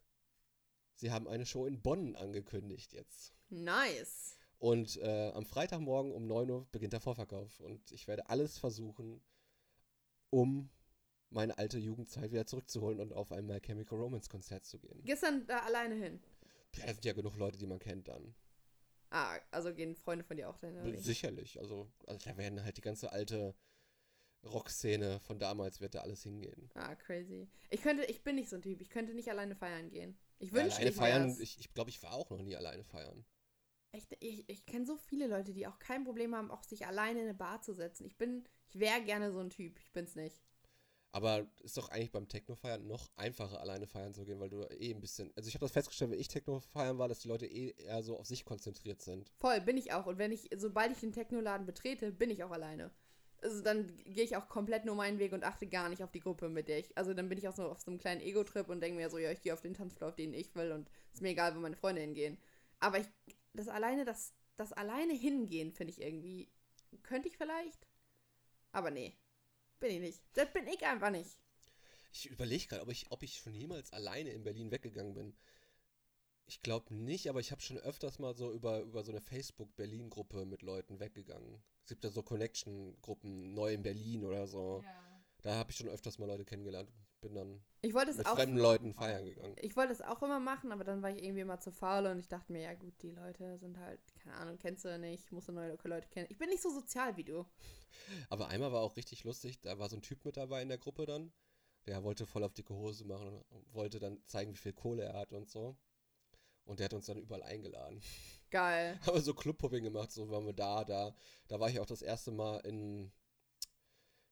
Speaker 2: sie haben eine Show in Bonn angekündigt jetzt.
Speaker 1: Nice.
Speaker 2: Und äh, am Freitagmorgen um 9 Uhr beginnt der Vorverkauf. Und ich werde alles versuchen, um meine alte Jugendzeit wieder zurückzuholen und auf ein My Chemical Romance Konzert zu gehen.
Speaker 1: Gestern da alleine hin.
Speaker 2: Ja, das sind ja genug Leute, die man kennt dann.
Speaker 1: Ah, also gehen Freunde von dir auch dahin. oder wie?
Speaker 2: Sicherlich. Also, also da werden halt die ganze alte Rockszene von damals wird da alles hingehen.
Speaker 1: Ah, crazy. Ich könnte, ich bin nicht so ein Typ. Ich könnte nicht alleine feiern gehen. Ich
Speaker 2: Ja,
Speaker 1: wünschte,
Speaker 2: alleine
Speaker 1: ich feiern.
Speaker 2: feiern, ich, ich glaube, ich war auch noch nie alleine feiern.
Speaker 1: Echt, ich, ich kenne so viele Leute, die auch kein Problem haben, auch sich alleine in eine Bar zu setzen. Ich bin, ich wäre gerne so ein Typ. Ich bin's nicht.
Speaker 2: Aber ist doch eigentlich beim Techno-Feiern noch einfacher, alleine feiern zu gehen, weil du eh ein bisschen. Also, ich habe das festgestellt, wenn ich Techno-Feiern war, dass die Leute eh eher so auf sich konzentriert sind.
Speaker 1: Voll, bin ich auch. Und wenn ich, sobald ich den Technoladen betrete, bin ich auch alleine. Also dann gehe ich auch komplett nur meinen Weg und achte gar nicht auf die Gruppe, mit der ich. Also dann bin ich auch so auf so einem kleinen Ego-Trip und denke mir so, ja, ich gehe auf den Tanzfloor, auf den ich will und ist mir egal, wo meine Freunde hingehen. Aber ich, das alleine, das, das alleine hingehen, finde ich irgendwie, könnte ich vielleicht. Aber nee, bin ich nicht. Das bin ich einfach nicht.
Speaker 2: Ich überlege gerade, ob ich, ob ich schon jemals alleine in Berlin weggegangen bin. Ich glaube nicht, aber ich habe schon öfters mal so über, über so eine Facebook-Berlin-Gruppe mit Leuten weggegangen. Es gibt ja so Connection-Gruppen, neu in Berlin oder so. Da habe ich schon öfters mal Leute kennengelernt. Bin dann
Speaker 1: Ich wollte es
Speaker 2: mit
Speaker 1: auch.
Speaker 2: fremden Leuten feiern gegangen.
Speaker 1: Ich wollte es auch immer machen, aber dann war ich irgendwie immer zu faul und ich dachte mir, ja gut, die Leute sind halt, keine Ahnung, kennst du nicht, musst du neue Leute kennen. Ich bin nicht so sozial wie du.
Speaker 2: Aber einmal war auch richtig lustig, da war so ein Typ mit dabei in der Gruppe dann. Der wollte voll auf dicke Hose machen und wollte dann zeigen, wie viel Kohle er hat und so. Und der hat uns dann überall eingeladen.
Speaker 1: Geil.
Speaker 2: Haben wir so Clubhopping gemacht, so waren wir da, da. Da war ich auch das erste Mal in.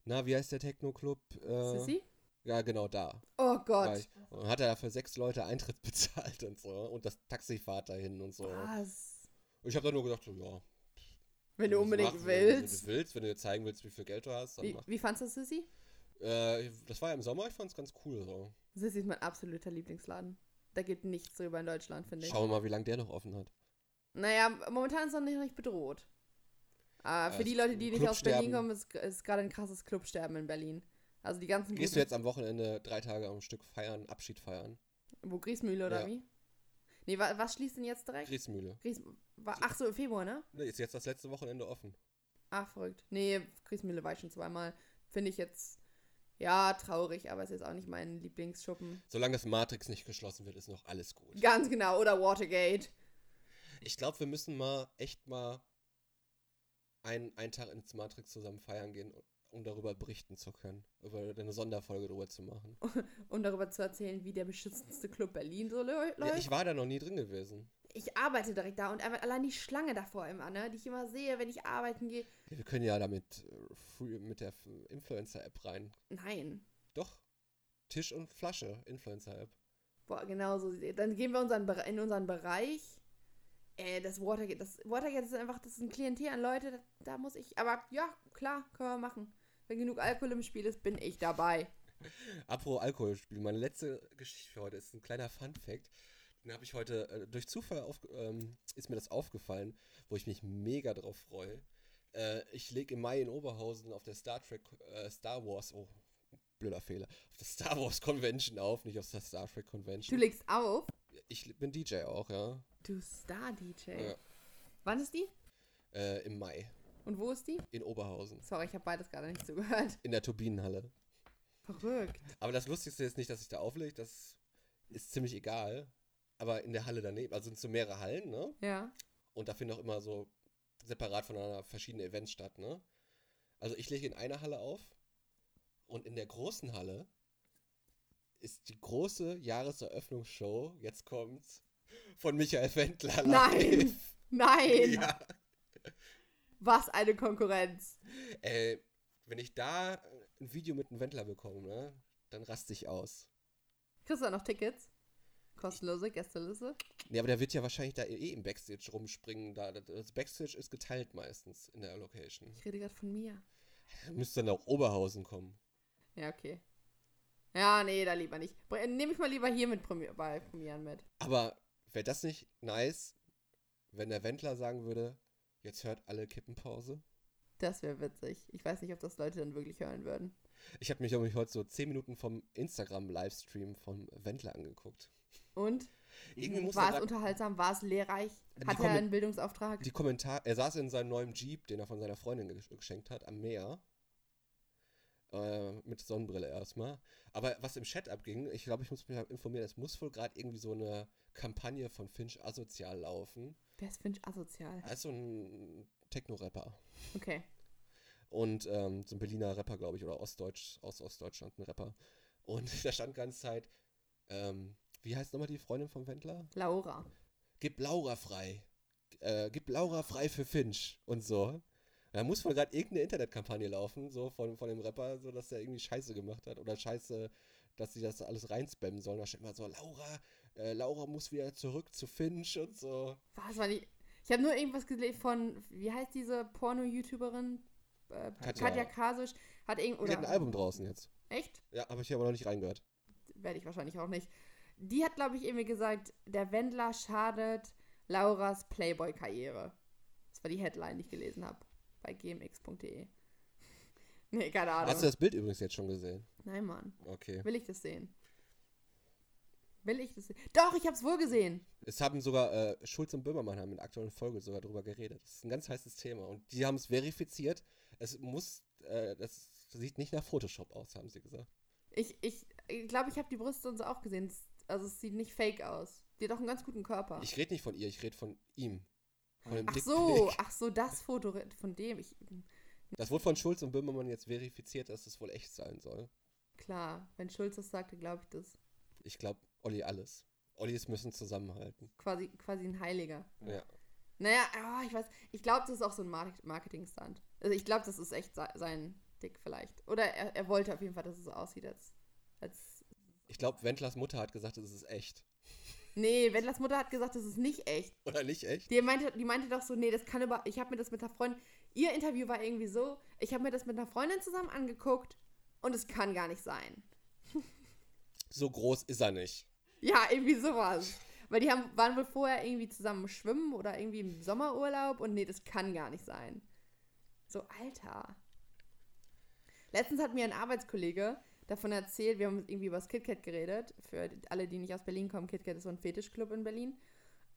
Speaker 2: Na, wie heißt der Techno-Club? Äh,
Speaker 1: Sissi?
Speaker 2: Ja, genau, da.
Speaker 1: Oh
Speaker 2: War
Speaker 1: Gott.
Speaker 2: ich. Und hat er dafür sechs Leute Eintritt bezahlt und so. Und das Taxifahrt dahin und so.
Speaker 1: Was?
Speaker 2: Ich habe dann nur gedacht, so, ja.
Speaker 1: Ah. Wenn du
Speaker 2: das
Speaker 1: unbedingt
Speaker 2: machst, Wenn du
Speaker 1: willst.
Speaker 2: willst, wenn du dir zeigen willst, wie viel Geld du hast, dann
Speaker 1: Wie,
Speaker 2: mach.
Speaker 1: wie fandst du Sissi?
Speaker 2: Äh, das war ja im Sommer, ich fand's ganz cool so.
Speaker 1: Sissi ist mein absoluter Lieblingsladen. Da geht nichts drüber in Deutschland, finde ich.
Speaker 2: Schauen wir mal, wie lange der noch offen hat.
Speaker 1: Naja, momentan ist er noch nicht bedroht. Ah,
Speaker 2: Ja,
Speaker 1: für die
Speaker 2: das
Speaker 1: Leute, die nicht aus Berlin kommen,
Speaker 2: Clubsterben.
Speaker 1: ist, ist gerade ein krasses Clubsterben in Berlin. Also die ganzen
Speaker 2: Gehst
Speaker 1: guten-
Speaker 2: du jetzt am Wochenende drei Tage am Stück feiern, Abschied feiern?
Speaker 1: Wo Griesmühle oder
Speaker 2: Ja.
Speaker 1: wie? Nee, wa was schließt denn jetzt direkt?
Speaker 2: Griesmühle.
Speaker 1: Gries war, ach so, Februar, ne?
Speaker 2: Ne, Ist jetzt das letzte Wochenende offen.
Speaker 1: Ah, verrückt. Nee, Griesmühle war ich schon zweimal. Finde ich jetzt, ja, traurig, aber es ist jetzt auch nicht mein Lieblingsschuppen.
Speaker 2: Solange das Matrix nicht geschlossen wird, ist noch alles gut.
Speaker 1: Ganz genau, oder Watergate.
Speaker 2: Ich glaube, wir müssen mal echt mal einen, einen Tag ins Matrix zusammen feiern gehen, um darüber berichten zu können. Über eine Sonderfolge darüber zu machen.
Speaker 1: Um darüber zu erzählen, wie der beschissenste Club Berlin so lö- läuft.
Speaker 2: Ja,
Speaker 1: ich,
Speaker 2: ich war da noch nie drin gewesen.
Speaker 1: arbeite direkt da und einfach allein die Schlange davor immer, ne? Die ich immer sehe, wenn ich arbeiten gehe.
Speaker 2: Ja, wir können ja damit äh, free- mit der F- Influencer-App rein.
Speaker 1: Nein.
Speaker 2: Doch. Tisch und Flasche, Influencer-App.
Speaker 1: Boah, genau so. Dann gehen wir unseren, Bere- in unseren Bereich. Äh, das Watergate, das Watergate ist einfach, das ist ein Klientel an Leute, da, da muss ich, aber ja, klar, können wir machen. Wenn genug Alkohol im Spiel ist, bin ich dabei.
Speaker 2: Apropos Alkoholspiel, meine letzte Geschichte für heute ist ein kleiner Fun Fact. Den habe ich heute äh, durch Zufall auf, ähm, ist mir das aufgefallen, wo ich mich mega drauf freue. Äh, ich lege im Mai in Oberhausen auf der Star Trek, äh, Star Wars, oh, blöder Fehler, auf der Star Wars Convention auf, nicht auf der Star Trek
Speaker 1: Du
Speaker 2: Convention.
Speaker 1: legst auf.
Speaker 2: Ich bin DJ auch, ja.
Speaker 1: Du Star-DJ.
Speaker 2: Ja.
Speaker 1: Wann ist die?
Speaker 2: Äh, Im Mai
Speaker 1: Und wo ist die?
Speaker 2: in Oberhausen.
Speaker 1: Sorry, ich habe beides gerade nicht zugehört.
Speaker 2: In der Turbinenhalle.
Speaker 1: Verrückt.
Speaker 2: Aber das Lustigste ist nicht, dass ich da auflege, das ist ziemlich egal. Aber in der Halle daneben, also sind so mehrere Hallen, ne?
Speaker 1: Ja.
Speaker 2: Und da finden auch immer so separat voneinander verschiedene Events statt, ne? Also ich lege in einer Halle auf und in der großen Halle ist die große Jahreseröffnungsshow, jetzt kommt's, von Michael Wendler.
Speaker 1: Nein!
Speaker 2: live.
Speaker 1: Nein!
Speaker 2: Ja.
Speaker 1: Was eine Konkurrenz.
Speaker 2: Äh, wenn ich da ein Video mit einem Wendler bekomme, ne, dann raste ich aus.
Speaker 1: Kriegst du da noch Tickets? Kostenlose Gästeliste.
Speaker 2: Nee, aber der wird ja wahrscheinlich da eh im Backstage rumspringen. Da, das Backstage ist geteilt meistens in der Location.
Speaker 1: Ich rede gerade von mir.
Speaker 2: Da müsste dann auch Oberhausen kommen.
Speaker 1: Ja, okay. Ja, nee, da lieber nicht. Br- Nehme ich mal lieber hier mit Premi bei Premieren mit.
Speaker 2: Aber wäre das nicht nice, wenn der Wendler sagen würde, jetzt hört alle Kippenpause?
Speaker 1: Das wäre witzig. Ich weiß nicht, ob das Leute dann wirklich hören würden.
Speaker 2: Ich habe mich nämlich heute so 10 Minuten vom Instagram-Livestream vom Wendler angeguckt.
Speaker 1: Und? Mhm.
Speaker 2: Irgendwie muss
Speaker 1: War
Speaker 2: er
Speaker 1: es
Speaker 2: grad-
Speaker 1: unterhaltsam? War es lehrreich?
Speaker 2: Die
Speaker 1: Hat er
Speaker 2: Kommen-
Speaker 1: einen Bildungsauftrag?
Speaker 2: die Kommentar er saß in seinem neuen Jeep, den er von seiner Freundin ge- geschenkt hat, am Meer. Äh, mit Sonnenbrille erstmal. Aber was im Chat abging, ich glaube, ich muss mich mal informieren, es muss wohl gerade irgendwie so eine Kampagne von Finch asozial laufen.
Speaker 1: Wer ist Finch asozial?
Speaker 2: Er ist so ein Techno-Rapper.
Speaker 1: Okay.
Speaker 2: Und ähm, so ein Berliner Rapper, glaube ich, oder Ostdeutsch, aus Ostdeutschland ein Rapper. Und da stand ganz Zeit, ähm, wie heißt nochmal die Freundin vom Wendler?
Speaker 1: Laura.
Speaker 2: gib Laura frei. Äh, gib Laura frei für Finch und so. Da muss wohl gerade irgendeine Internetkampagne laufen, so von, von dem Rapper, so dass der irgendwie Scheiße gemacht hat oder Scheiße, dass sie das alles reinspammen sollen. Da steht immer so, Laura, äh, Laura muss wieder zurück zu Finch und so.
Speaker 1: Was war die? Ich habe nur irgendwas gelesen von, wie heißt diese Porno-YouTuberin? Äh,
Speaker 2: Katja.
Speaker 1: Katja. Kasisch. Hat irgend
Speaker 2: Die
Speaker 1: oder
Speaker 2: hat ein Album draußen jetzt.
Speaker 1: Echt?
Speaker 2: Ja, habe ich hier aber noch nicht reingehört.
Speaker 1: Werde ich wahrscheinlich auch nicht. Die hat, glaube ich, irgendwie gesagt, der Wendler schadet Lauras Playboy-Karriere. Das war die Headline, die ich gelesen habe. Bei gmx.de. Nee, keine Ahnung.
Speaker 2: Hast du das Bild übrigens jetzt schon gesehen?
Speaker 1: Nein, Mann.
Speaker 2: Okay.
Speaker 1: Will ich das sehen? Will ich das sehen? Doch, ich hab's wohl gesehen.
Speaker 2: Es haben sogar äh, Schulz und Böhmermann haben in der aktuellen Folge sogar drüber geredet. Das ist ein ganz heißes Thema und die haben es verifiziert. Es muss, äh, das sieht nicht nach Photoshop aus, haben sie gesagt.
Speaker 1: Ich ich, ich, glaub, ich habe die Brüste und so auch gesehen. Es- Also es sieht nicht fake aus. Die hat doch einen ganz guten Körper.
Speaker 2: Ich rede nicht von ihr, ich rede von ihm. Von dem
Speaker 1: ach
Speaker 2: Dickpick.
Speaker 1: so, ach so, das Foto von dem. Ich,
Speaker 2: Das wurde von Schulz und Böhmermann jetzt verifiziert, dass es wohl echt sein soll.
Speaker 1: klar, wenn Schulz das sagte, glaube ich das.
Speaker 2: Ich glaube, Olli alles. Ollis müssen zusammenhalten.
Speaker 1: Quasi, quasi ein Heiliger.
Speaker 2: Ja.
Speaker 1: Naja, ah, ich weiß, ich glaube, das ist auch so ein Mar- Marketing-Stunt. Also ich glaube, das ist echt se- sein Dick vielleicht. Oder er, er wollte auf jeden Fall, dass es so aussieht, als, als
Speaker 2: Ich glaube, Wendlers Mutter hat gesagt, es ist echt.
Speaker 1: Nee, Wendlers Mutter hat gesagt, das ist nicht echt.
Speaker 2: Oder nicht echt?
Speaker 1: Die meinte, die meinte doch so, nee, das kann über. Ich habe mir das mit einer Freundin. Ihr Interview war irgendwie so, ich habe mir das mit einer Freundin zusammen angeguckt und es kann gar nicht sein.
Speaker 2: So groß ist er nicht.
Speaker 1: Ja, irgendwie sowas. Weil die haben, waren wohl vorher irgendwie zusammen schwimmen oder irgendwie im Sommerurlaub und nee, das kann gar nicht sein. So, Alter. Letztens hat mir ein Arbeitskollege davon erzählt, wir haben irgendwie über das KitKat geredet. Für alle, die nicht aus Berlin kommen, KitKat ist so ein Fetischclub in Berlin.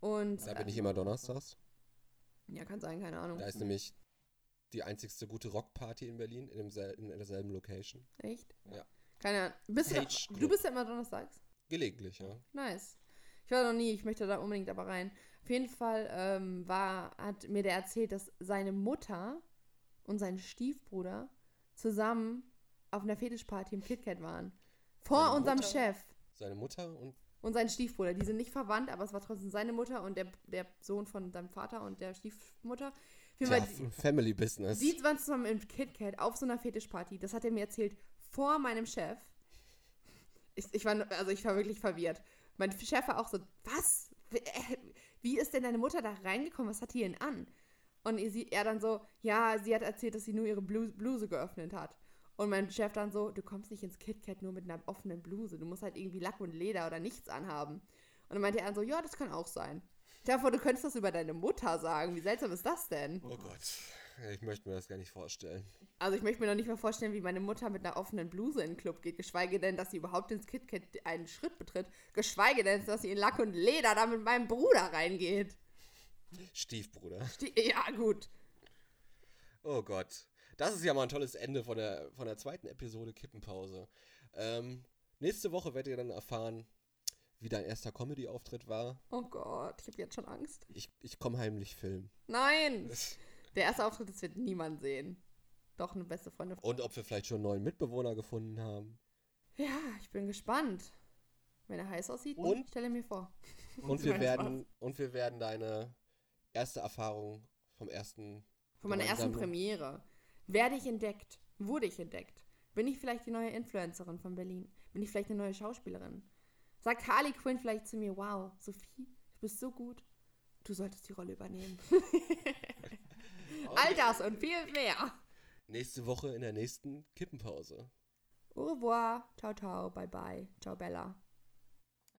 Speaker 1: Und äh,
Speaker 2: Da bin ich immer donnerstags.
Speaker 1: ja, kann sein, keine Ahnung.
Speaker 2: Da ist nämlich die einzigste gute Rockparty in Berlin, in, demsel in derselben Location.
Speaker 1: Echt?
Speaker 2: Ja.
Speaker 1: Keine Ahnung. Bist du, da,
Speaker 2: Cage Club.
Speaker 1: du bist ja immer donnerstags.
Speaker 2: Gelegentlich, ja.
Speaker 1: Nice. Ich war noch nie, ich möchte da unbedingt aber rein. Auf jeden Fall ähm, war, hat mir der erzählt, dass seine Mutter und sein Stiefbruder zusammen auf einer Fetischparty im KitKat waren. Vor
Speaker 2: Seine
Speaker 1: unserem
Speaker 2: Mutter?
Speaker 1: Chef
Speaker 2: Seine Mutter und
Speaker 1: und sein Stiefbruder. Die sind nicht verwandt, aber es war trotzdem seine Mutter und der, der Sohn von seinem Vater und der Stiefmutter. Auf jeden
Speaker 2: ja,
Speaker 1: Fall-
Speaker 2: Family Business.
Speaker 1: Sie waren zusammen im KitKat auf so einer Fetischparty. Das hat er mir erzählt vor meinem Chef. Ich, ich, war, also ich war wirklich verwirrt. Mein Chef war auch so, was? Äh, Wie ist denn deine Mutter da reingekommen? Was hat die denn an? Und ihr- sie, er dann so, ja, sie hat erzählt, dass sie nur ihre Blu- Bluse geöffnet hat. Und mein Chef dann so, du kommst nicht ins KitKat nur mit einer offenen Bluse. Du musst halt irgendwie Lack und Leder oder nichts anhaben. Und dann meinte er dann so, ja, das kann auch sein. Ich dachte, du könntest das über deine Mutter sagen. Wie seltsam ist das denn?
Speaker 2: oh Gott. Ich möchte mir das gar nicht vorstellen.
Speaker 1: Also ich möchte mir noch nicht mal vorstellen, wie meine Mutter mit einer offenen Bluse in den Club geht, geschweige denn, dass sie überhaupt ins KitKat einen Schritt betritt, geschweige denn, dass sie in Lack und Leder da mit meinem Bruder reingeht.
Speaker 2: Stiefbruder.
Speaker 1: Die, ja, gut.
Speaker 2: Oh Gott. Das ist ja mal ein tolles Ende von der, von der zweiten Episode Kippenpause. Ähm, nächste Woche werdet ihr dann erfahren, wie dein erster Comedy-Auftritt war.
Speaker 1: Oh Gott, ich habe jetzt schon Angst.
Speaker 2: Ich, ich komme heimlich filmen.
Speaker 1: Nein! Der erste Auftritt, das wird niemand sehen. Doch, eine beste Freundin.
Speaker 2: Und ob wir vielleicht schon einen neuen Mitbewohner gefunden haben.
Speaker 1: Ja, ich bin gespannt. Wenn er heiß aussieht,
Speaker 2: Und?
Speaker 1: stelle mir vor.
Speaker 2: Und wir
Speaker 1: Nein,
Speaker 2: werden, und wir werden deine erste Erfahrung vom ersten.
Speaker 1: Von meiner ersten
Speaker 2: gemeinsamen-
Speaker 1: Premiere. Werde ich entdeckt? Wurde ich entdeckt? Bin ich vielleicht die neue Influencerin von Berlin? Bin ich vielleicht eine neue Schauspielerin? Sagt Harley Quinn vielleicht zu mir, wow, Sophie, du bist so gut. Du solltest die Rolle übernehmen. All das und viel mehr.
Speaker 2: Nächste Woche in der nächsten Kippenpause.
Speaker 1: Au revoir. Ciao, ciao. Bye, bye. Ciao, Bella.